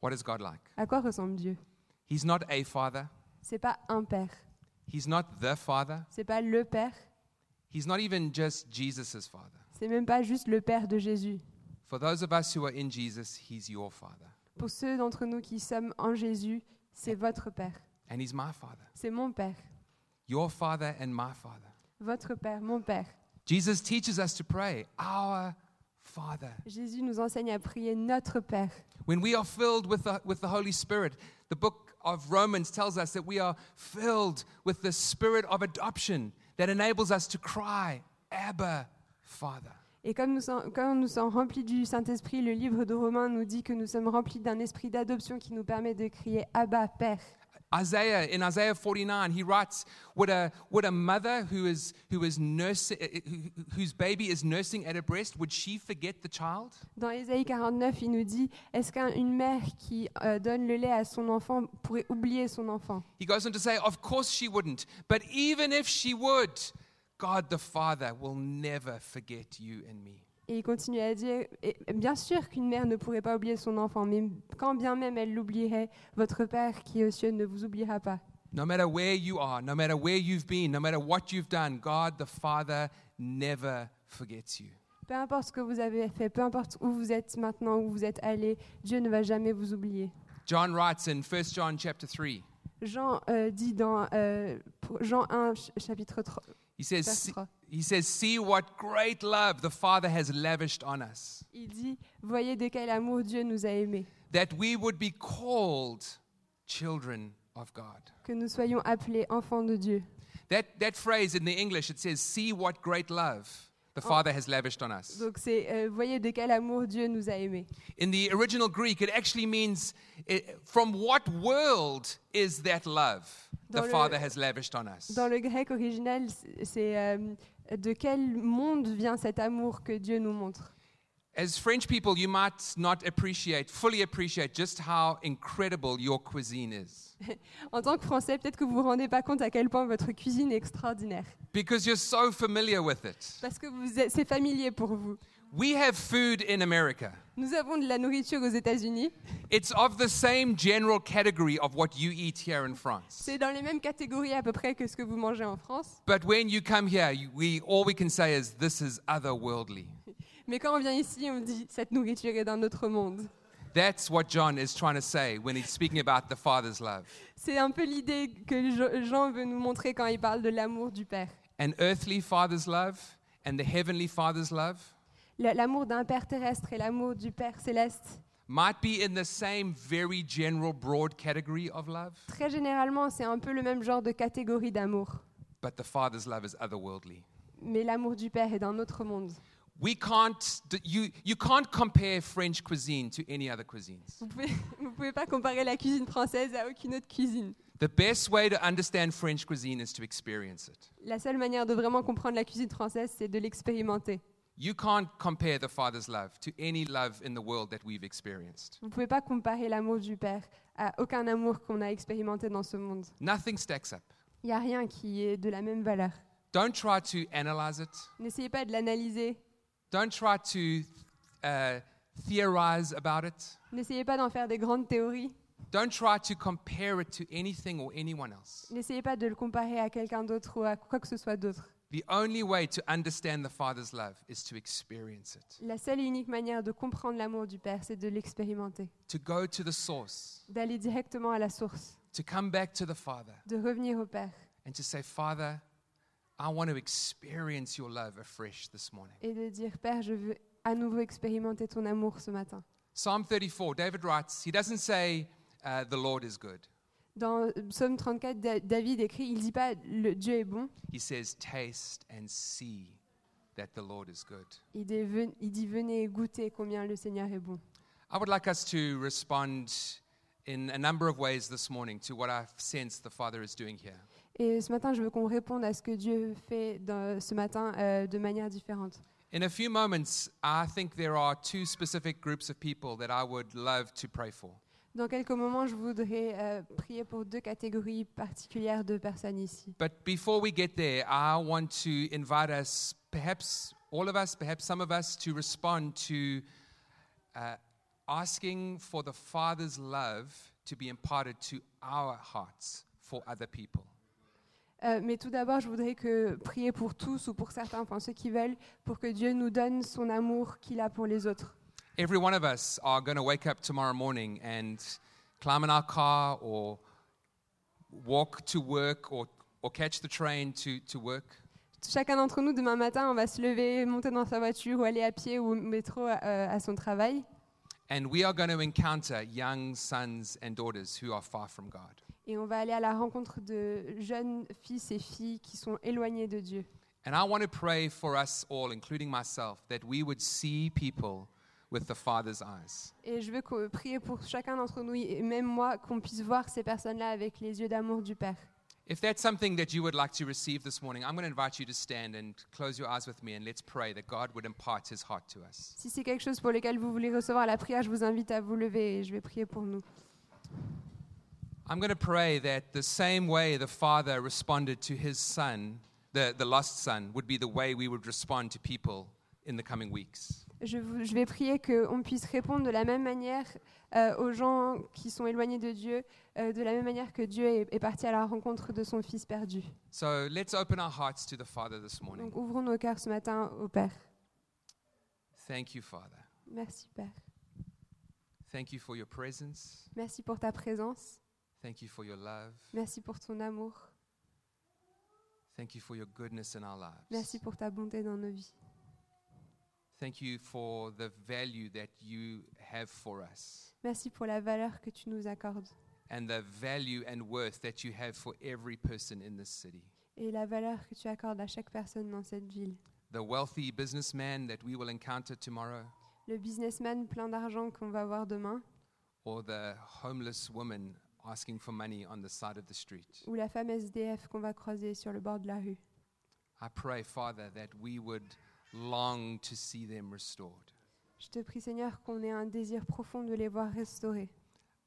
B: What is God like?
A: À quoi ressemble Dieu
B: He's not a father.
A: C'est pas un père,
B: He's not the father.
A: c'est pas le père,
B: He's not even just Jesus' father.
A: c'est même pas juste le père de Jésus.
B: For those of us who are in Jesus, he's your father.
A: Pour ceux d'entre nous qui sommes en Jésus, c'est votre père,
B: And he's my father.
A: c'est mon père,
B: Your father and my father.
A: Votre Père, mon Père.
B: Jesus teaches us to pray, Our Father.
A: Jésus nous enseigne à prier notre Père.
B: When we are filled with the, with the Holy Spirit, the book of Romans tells us that we are filled with the spirit of adoption that enables us to cry, Abba, Father.
A: Et comme nous, sommes, comme nous sommes remplis du Saint-Esprit, le livre de Romains nous dit que nous sommes remplis d'un esprit d'adoption qui nous permet de crier Abba, Père.
B: Isaiah, in Isaiah 49, he writes, Would a, would a mother who is, who is eh, nursing, whose baby is nursing at her breast, would she forget the child?
A: Dans Ésaïe 49, il nous dit Est-ce qu'une mère qui euh, donne le lait à son enfant pourrait oublier son enfant
B: He goes on to say, Of course she wouldn't. But even if she would, God the Father will never forget you and me.
A: Et il continue à dire Et Bien sûr qu'une mère ne pourrait pas oublier son enfant, mais quand bien même elle l'oublierait, votre Père qui est aux cieux ne vous oubliera pas.
B: No matter where you are, no matter where you've been, no matter what you've done, God the Father never forgets you.
A: Peu importe ce que vous avez fait, peu importe où vous êtes maintenant, où vous êtes allé, Dieu ne va jamais vous oublier.
B: John writes in 1 John chapter 3,
A: Jean euh, dit dans euh, pour- Jean 1, ch- chapitre 3,
B: he says,
A: verse
B: "See-
A: 3,
B: he says, See what great love the Father has lavished on us,
A: il dit Voyez de quel amour Dieu nous a aimés,
B: that we would be called children of God.
A: que nous soyons appelés enfants de Dieu.
B: That, that phrase in the English, it says, See what great love the Father has lavished on us.
A: Donc c'est euh, Voyez de quel amour Dieu nous a aimés.
B: In the original Greek, it actually means eh, from what world is that love the
A: Dans le-
B: Father has lavished on us?
A: Dans le grec original, c'est- c'est euh, de quel monde vient cet amour que Dieu nous montre
B: As French people, you might not appreciate, fully appreciate just how incredible your cuisine is
A: En tant que Français, peut-être que vous vous rendez pas compte à quel point votre cuisine est extraordinaire,
B: because you're so familiar with it.
A: parce que vous êtes- c'est familier pour vous.
B: We have food in America.
A: Nous avons de la nourriture aux États-Unis.
B: It's of the same general category of what you eat here in France.
A: C'est dans les mêmes catégories à peu près que ce que vous mangez en France.
B: But when you come here, you- we, all we can say is this is otherworldly.
A: Mais quand on vient ici, on dit cette nourriture est d'un autre monde.
B: That's what John is trying to say when he's speaking about the Father's love.
A: C'est un peu l'idée que Jo- Jean veut nous montrer quand il parle de l'amour du Père.
B: An earthly Father's love and the heavenly Father's love
A: La- L'amour d'un Père terrestre et l'amour du Père céleste.
B: might be in the same very general, broad category of love,
A: Très généralement, c'est un peu le même genre de catégorie d'amour.
B: but the Father's love is otherworldly.
A: Mais l'amour du Père est d'un autre monde.
B: We can't, d- you, you can't compare French cuisine to any other cuisines.
A: Vous pouvez, vous pouvez pas comparer la cuisine française à aucune autre cuisine.
B: The best way to understand French cuisine is to experience it.
A: La seule manière de vraiment comprendre la cuisine française, c'est de l'expérimenter.
B: You can't compare the Father's love to any love in the world that we've experienced.
A: Vous ne pouvez pas comparer l'amour du Père à aucun amour qu'on a expérimenté dans ce monde.
B: Nothing stacks up.
A: Il n'y a rien qui est de la même valeur.
B: Don't try to analyze it.
A: N'essayez pas de l'analyser,
B: Don't try to uh, theorize about it.
A: n'essayez pas d'en faire des grandes théories,
B: Don't try to compare it to anything or anyone else.
A: n'essayez pas de le comparer à quelqu'un d'autre ou à quoi que ce soit d'autre.
B: The only way to understand the Father's love is to experience it,
A: La seule et unique manière de comprendre l'amour du Père, c'est de l'expérimenter,
B: to go to the source,
A: d'aller directement à la source,
B: to come back to the Father,
A: de revenir au Père
B: and to say, Father, I want to experience your love afresh this morning.
A: et de dire Père, je veux à nouveau expérimenter ton amour ce matin.
B: Psalm 34, David writes, he doesn't say, uh, the Lord is good.
A: Dans euh, Psaume 34, Da- David écrit, il dit pas le Dieu est bon,
B: He says, taste and see that the Lord is good.
A: il dit, Ven- il dit venez goûter combien le Seigneur est bon.
B: I would like us to respond in a number of ways this morning to what I sense the Father is doing here.
A: Et ce matin, je veux qu'on réponde à ce que Dieu fait dans- ce matin euh, de manière différente.
B: In a few moments, I think there are two specific groups of people that I would love to pray for.
A: Dans quelques moments, je voudrais euh, prier pour deux catégories particulières de personnes ici.
B: But before we get there, I want to invite us, perhaps all of us, perhaps some of us, to respond to uh, asking for the Father's love to be imparted to our hearts for other people.
A: Euh, mais tout d'abord, je voudrais que prier pour tous ou pour certains, enfin ceux qui veulent, pour que Dieu nous donne son amour qu'il a pour les autres.
B: Every one of us are going to wake up tomorrow morning and climb in our car or walk to work or, or catch the train to, to work.
A: Chacun d'entre nous, demain matin, on va se lever, monter dans sa voiture ou aller à pied ou au métro à, euh, à son travail.
B: And we are going to encounter young sons and daughters who are far from God.
A: Et on va aller à la rencontre de jeunes fils et filles qui sont éloignés de Dieu.
B: And I want to pray for us all, including myself, that we would see people with the Father's eyes.
A: Et je veux qu'on- prier pour chacun d'entre nous, et même moi, qu'on puisse voir ces personnes-là avec les yeux d'amour du Père.
B: If that's something that you would like to receive this morning, I'm going to invite you to stand and close your eyes with me and let's pray that God would impart his heart to us.
A: Si c'est quelque chose pour lequel vous voulez recevoir la prière, je vous invite à vous lever et je vais prier pour nous.
B: I'm going to pray that the same way the Father responded to his son, the, the lost son, would be the way we would respond to people in the coming weeks.
A: Je, vous- je vais prier qu'on puisse répondre de la même manière euh, aux gens qui sont éloignés de Dieu, euh, de la même manière que Dieu est, est parti à la rencontre de son Fils perdu.
B: So let's open our hearts to the Father this morning.
A: Donc ouvrons nos cœurs ce matin au Père.
B: Thank you, Father.
A: Merci Père.
B: Thank you for your presence.
A: Merci pour ta présence.
B: Thank you for your love.
A: Merci pour ton amour.
B: Thank you for your goodness in our lives.
A: Merci pour ta bonté dans nos vies.
B: Thank you for the value that you have for us
A: Merci pour la valeur que tu nous accordes
B: and the value and worth that you have for every person in this city.
A: et la valeur que tu accordes à chaque personne dans cette ville.
B: The wealthy businessman that we will encounter tomorrow,
A: Le businessman plein d'argent qu'on va voir demain
B: or the homeless woman asking for money on the side of the street.
A: ou la femme SDF qu'on va croiser sur le bord de la rue.
B: I pray, Father, that we would long to see them restored.
A: Je te prie Seigneur qu'on ait un désir profond de les voir restaurés.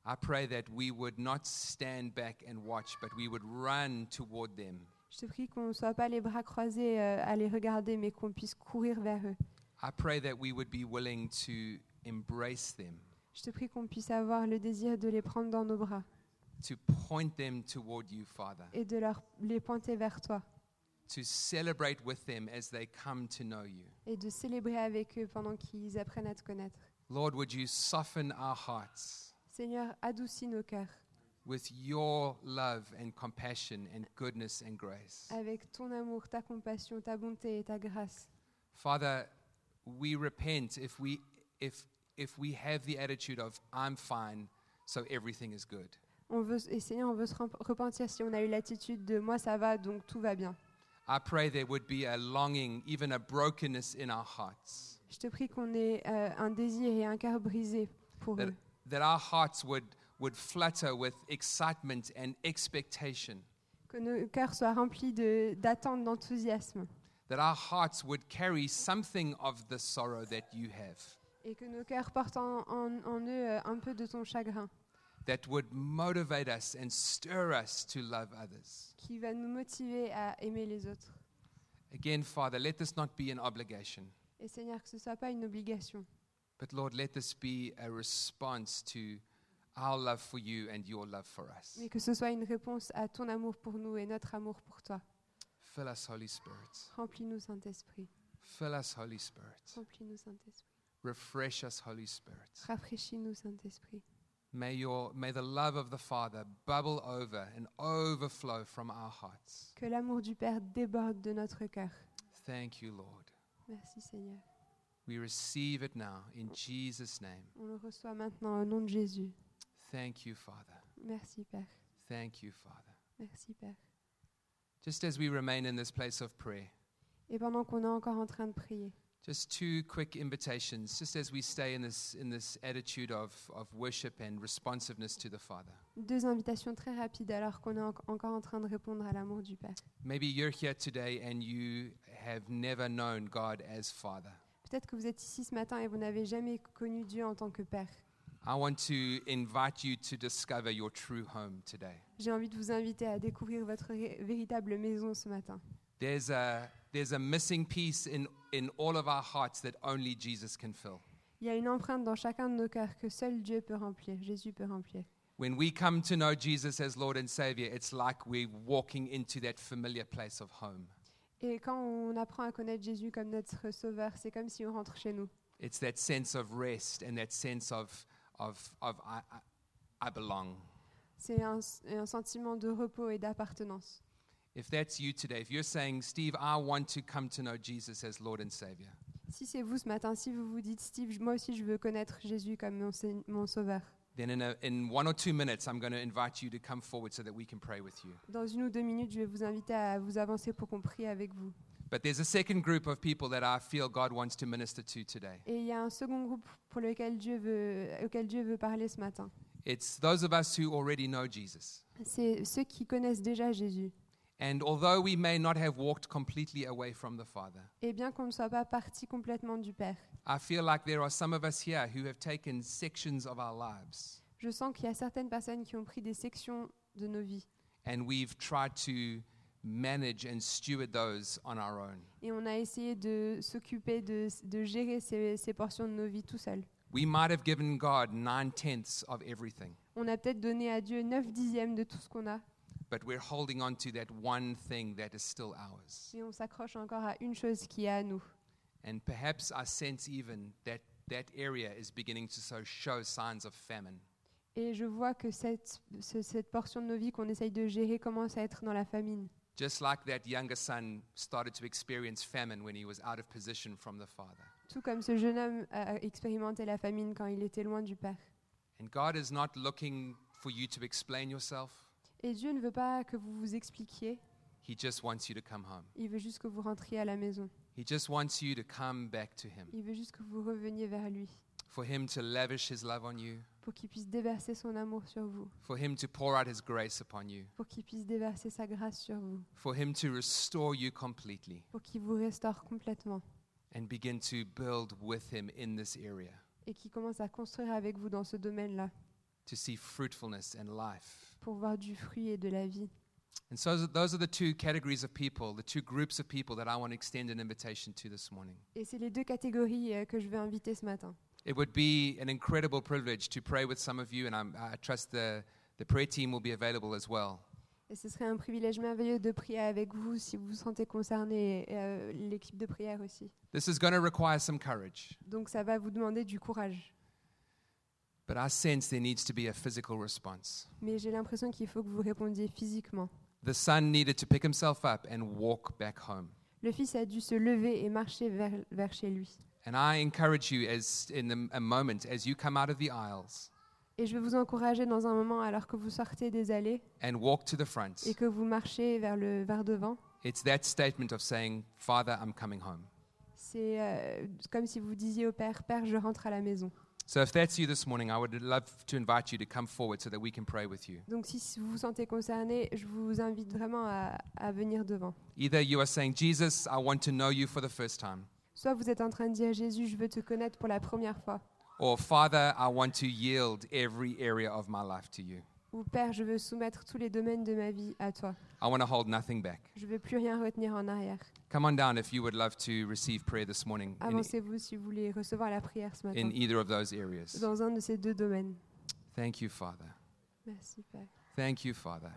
B: I pray that we would not stand back and watch, but we would run toward them.
A: Je te prie qu'on ne soit pas les bras croisés euh, à les regarder, mais qu'on puisse courir vers eux.
B: I pray that we would be willing to embrace them,
A: Je te prie qu'on puisse avoir le désir de les prendre dans nos bras
B: to point them toward you, Father,
A: et de leur, les pointer vers toi
B: to celebrate with them as they come to know you.
A: et de célébrer avec eux pendant qu'ils apprennent à te connaître.
B: Lord, would you soften our hearts
A: Seigneur, adoucis nos cœurs
B: with your love and compassion and goodness and grace?
A: avec ton amour, ta compassion, ta bonté et ta grâce.
B: Father, we repent if we if if we have the attitude of I'm fine, so everything is good.
A: On veut, et Seigneur, on veut se rep- repentir si on a eu l'attitude de moi ça va, donc tout va bien.
B: I pray there would be a longing, even a brokenness in our hearts.
A: Je te prie qu'on ait euh, un désir et un cœur brisé pour
B: That,
A: eux.
B: that our hearts would, would flutter with excitement and expectation.
A: Que nos cœurs soient remplis de- d'attente, d'enthousiasme.
B: That our hearts would carry something of the sorrow that you have.
A: Et que nos cœurs portent en, en- en eux euh, un peu de ton chagrin,
B: That would motivate us and stir us to love others.
A: qui va nous motiver à aimer les autres.
B: Again, Father, let this not be an obligation,
A: Et Seigneur, que ce ne soit pas une obligation,
B: but Lord, let this be a response to our love for you and your love for us.
A: mais que ce soit une réponse à ton amour pour nous et notre amour pour toi.
B: Fill us, Holy Spirit.
A: Remplis-nous, Saint-Esprit.
B: Fill us, Holy Spirit.
A: Remplis-nous, Saint-Esprit.
B: Refresh us, Holy Spirit.
A: Rafraîchis-nous, Saint-Esprit.
B: May, your, may the love of the Father bubble over and overflow from our hearts.
A: Que l'amour du Père déborde de notre cœur.
B: Thank you, Lord.
A: Merci, Seigneur.
B: We receive it now in Jesus' name.
A: On le reçoit maintenant au nom de Jésus.
B: Thank you, Father.
A: Merci, Père.
B: Thank you, Father.
A: Merci, Père.
B: Just as we remain in this place of prayer,
A: Et pendant qu'on est encore en train de prier,
B: just two quick invitations, just as we stay in this, in this attitude of, of worship and responsiveness to the Father.
A: deux invitations très rapides alors qu'on est en- encore en train de répondre à l'amour du Père.
B: Maybe you're here today and you have never known God as Father.
A: Peut-être que vous êtes ici ce matin et vous n'avez jamais connu Dieu en tant que Père.
B: I want to invite you to discover your true home today.
A: J'ai envie de vous inviter à découvrir votre ré- véritable maison ce matin.
B: There's a, there's a missing piece in, in all of our hearts that only Jesus can fill.
A: Il y a une empreinte dans chacun de nos cœurs que seul Dieu peut remplir, Jésus peut remplir.
B: When we come to know Jesus as Lord and Savior, it's like we're walking into that familiar place of home.
A: Et quand on apprend à connaître Jésus comme notre Sauveur, c'est comme si on rentre chez nous.
B: It's that sense of rest and that sense of, of, of I, I- I belong.
A: C'est un, un sentiment de repos et d'appartenance.
B: If that's you today, if you're saying, Steve, I want to come to know Jesus as Lord and Savior,
A: Si c'est vous ce matin, si vous vous dites Steve, je- moi aussi je veux connaître Jésus comme mon, Seigne- mon sauveur,
B: then in, a, in one or two minutes, I'm going to invite you to come forward so that we can pray with you.
A: dans une ou deux minutes, je vais vous inviter à vous avancer pour qu'on prie avec vous.
B: But there's a second group of people that I feel God wants to minister to today.
A: Et il y a un second groupe pour lequel Dieu veut, auquel Dieu veut parler ce matin.
B: It's those of us who already know Jesus.
A: C'est ceux qui connaissent déjà Jésus.
B: And although we may not have walked completely away from the Father,
A: Et bien qu'on ne soit pas parti complètement du Père,
B: I feel like there are some of us here who have taken sections of our lives
A: je sens qu'il y a certaines personnes qui ont pris des sections de nos vies
B: and we've tried to manage and steward those on our own.
A: et on a essayé de s'occuper de, de gérer ces, ces portions de nos vies tout seul.
B: We might have given God nine tenths of everything,
A: On a peut-être donné à Dieu 9 dixièmes de tout ce qu'on a,
B: but we're holding on to that one thing that is still ours.
A: mais on s'accroche encore à une chose qui est à nous.
B: And perhaps I sense even that that area is beginning to so show signs of famine.
A: Et je vois que cette, ce- cette portion de nos vies qu'on essaye de gérer commence à être dans la famine.
B: Just like that younger son started to experience famine when he was out of position from the Father.
A: Tout comme ce jeune homme a expérimenté la famine quand il était loin du Père.
B: And God is not looking for you to explain yourself,
A: Et Dieu ne veut pas que vous vous expliquiez,
B: He just wants you to come home.
A: il veut juste que vous rentriez à la maison.
B: He just wants you to come back to Him,
A: Il veut juste que vous reveniez vers lui,
B: for Him to lavish His love on you,
A: pour qu'il puisse déverser son amour sur vous,
B: for Him to pour out His grace upon you,
A: pour qu'il puisse déverser sa grâce sur vous,
B: for Him to restore you completely
A: pour qu'il vous restaure complètement
B: and begin to build with Him in this area,
A: et qu'il commence à construire avec vous dans ce domaine-là,
B: to see fruitfulness and life.
A: pour voir du fruit et de la vie.
B: And so those are the two categories of people, the two groups of people that I want to extend an invitation to this morning.
A: Et c'est les deux catégories euh, que je vais inviter ce matin.
B: It would be an incredible privilege to pray with some of you, and I'm, I trust the, the prayer team will be available as well.
A: Et ce serait un privilège merveilleux de prier avec vous si vous vous sentez concerné et euh, l'équipe de prière aussi.
B: This is going to require some courage,
A: Donc ça va vous demander du courage.
B: but I sense there needs to be a physical response.
A: Mais j'ai l'impression qu'il faut que vous répondiez physiquement.
B: The son needed to pick himself up and walk back home.
A: Le fils a dû se lever et marcher vers, vers chez lui.
B: And I encourage you, as in the, a moment, as you come out of the aisles
A: Et je vais vous encourager dans un moment alors que vous sortez des allées
B: and walk to the front,
A: et que vous marchez vers le vers devant.
B: it's that statement of saying, Father, I'm coming home.
A: C'est euh, comme si vous disiez au père, Père, je rentre à la maison.
B: So if that's you this morning, I would love to invite you to come forward so that we can pray with you.
A: Donc si vous vous sentez concerné, je vous invite vraiment à, à venir devant.
B: Either you are saying, Jesus, I want to know you for the first time.
A: Soit vous êtes en train de dire Jésus, je veux te connaître pour la première fois.
B: Or, Father, I want to yield every area of my life to you.
A: Ou Père, je veux soumettre tous les domaines de ma vie à toi.
B: I want to hold nothing back.
A: Je veux plus rien retenir en arrière.
B: Come on down if you would love to receive prayer this morning in,
A: Avancez-vous si vous voulez recevoir la prière ce matin
B: in either of those areas.
A: dans un de ces deux domaines.
B: Thank you, Father.
A: Merci Père.
B: Thank you, Father.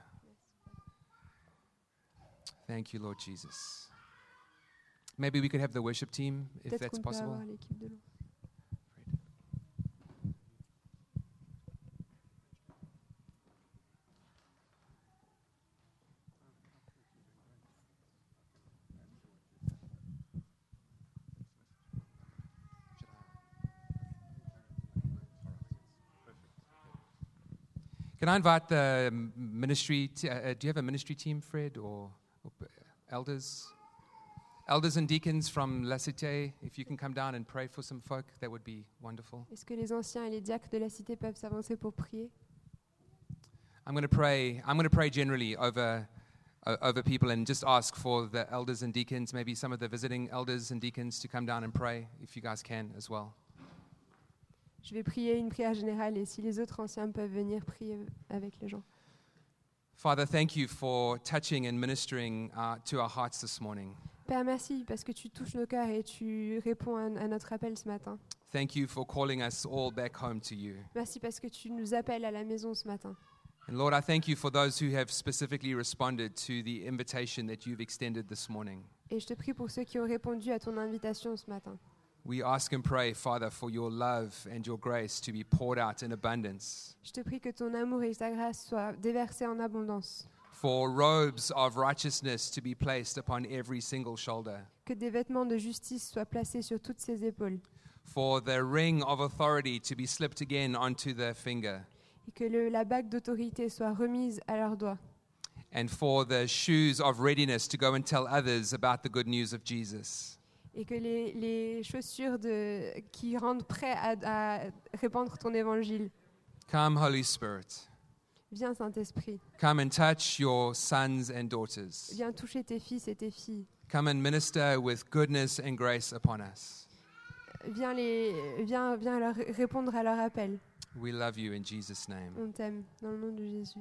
B: Thank you, Lord Jesus. Maybe we could have the worship team if
A: Peut-être
B: that's
A: qu'on peut
B: possible.
A: avoir l'équipe de l'eau.
B: Can I invite the um, ministry? T- uh, uh, do you have a ministry team, Fred, or, or p- elders? Elders and deacons from La Cité, if you can come down and pray for some folk, that would be wonderful.
A: Est-ce que les anciens et les diacres de la cité peuvent s'avancer pour prier
B: I'm going to pray. I'm going to pray generally over o- over people and just ask for the elders and deacons, maybe some of the visiting elders and deacons, to come down and pray if you guys can as well.
A: Je vais prier une prière générale et si les autres anciens peuvent venir prier avec les gens.
B: Father, thank you for touching and ministering uh, to our hearts this morning.
A: Père, merci parce que tu touches nos cœurs et tu réponds à, à notre appel ce matin.
B: Thank you for calling us all back home to you.
A: Merci parce que tu nous appelles à la maison ce matin.
B: And Lord, I thank you for those who have specifically responded to the invitation that you've extended this morning.
A: Et je te prie pour ceux qui ont répondu à ton invitation ce matin.
B: We ask and pray, Father, for your love and your grace to be poured out in abundance,
A: Je te prie que ton amour et ta grâce soient déversés en abondance,
B: for robes of righteousness to be placed upon every single shoulder,
A: que des vêtements de justice soient placés sur toutes ses épaules,
B: for the ring of authority to be slipped again onto their finger,
A: et que le- la bague d'autorité soit remise à leurs doigts,
B: and for the shoes of readiness to go and tell others about the good news of Jesus.
A: et que les, les chaussures de, qui rendent prêts à, à répandre ton évangile.
B: Come, Holy Spirit.
A: Viens, Saint-Esprit,
B: Come and touch your sons and daughters.
A: viens toucher tes fils et tes filles.
B: Come and minister with goodness and grace upon us.
A: Viens, les, viens, viens leur répondre à leur appel.
B: We love you in Jesus' name.
A: On t'aime, dans le nom de Jésus.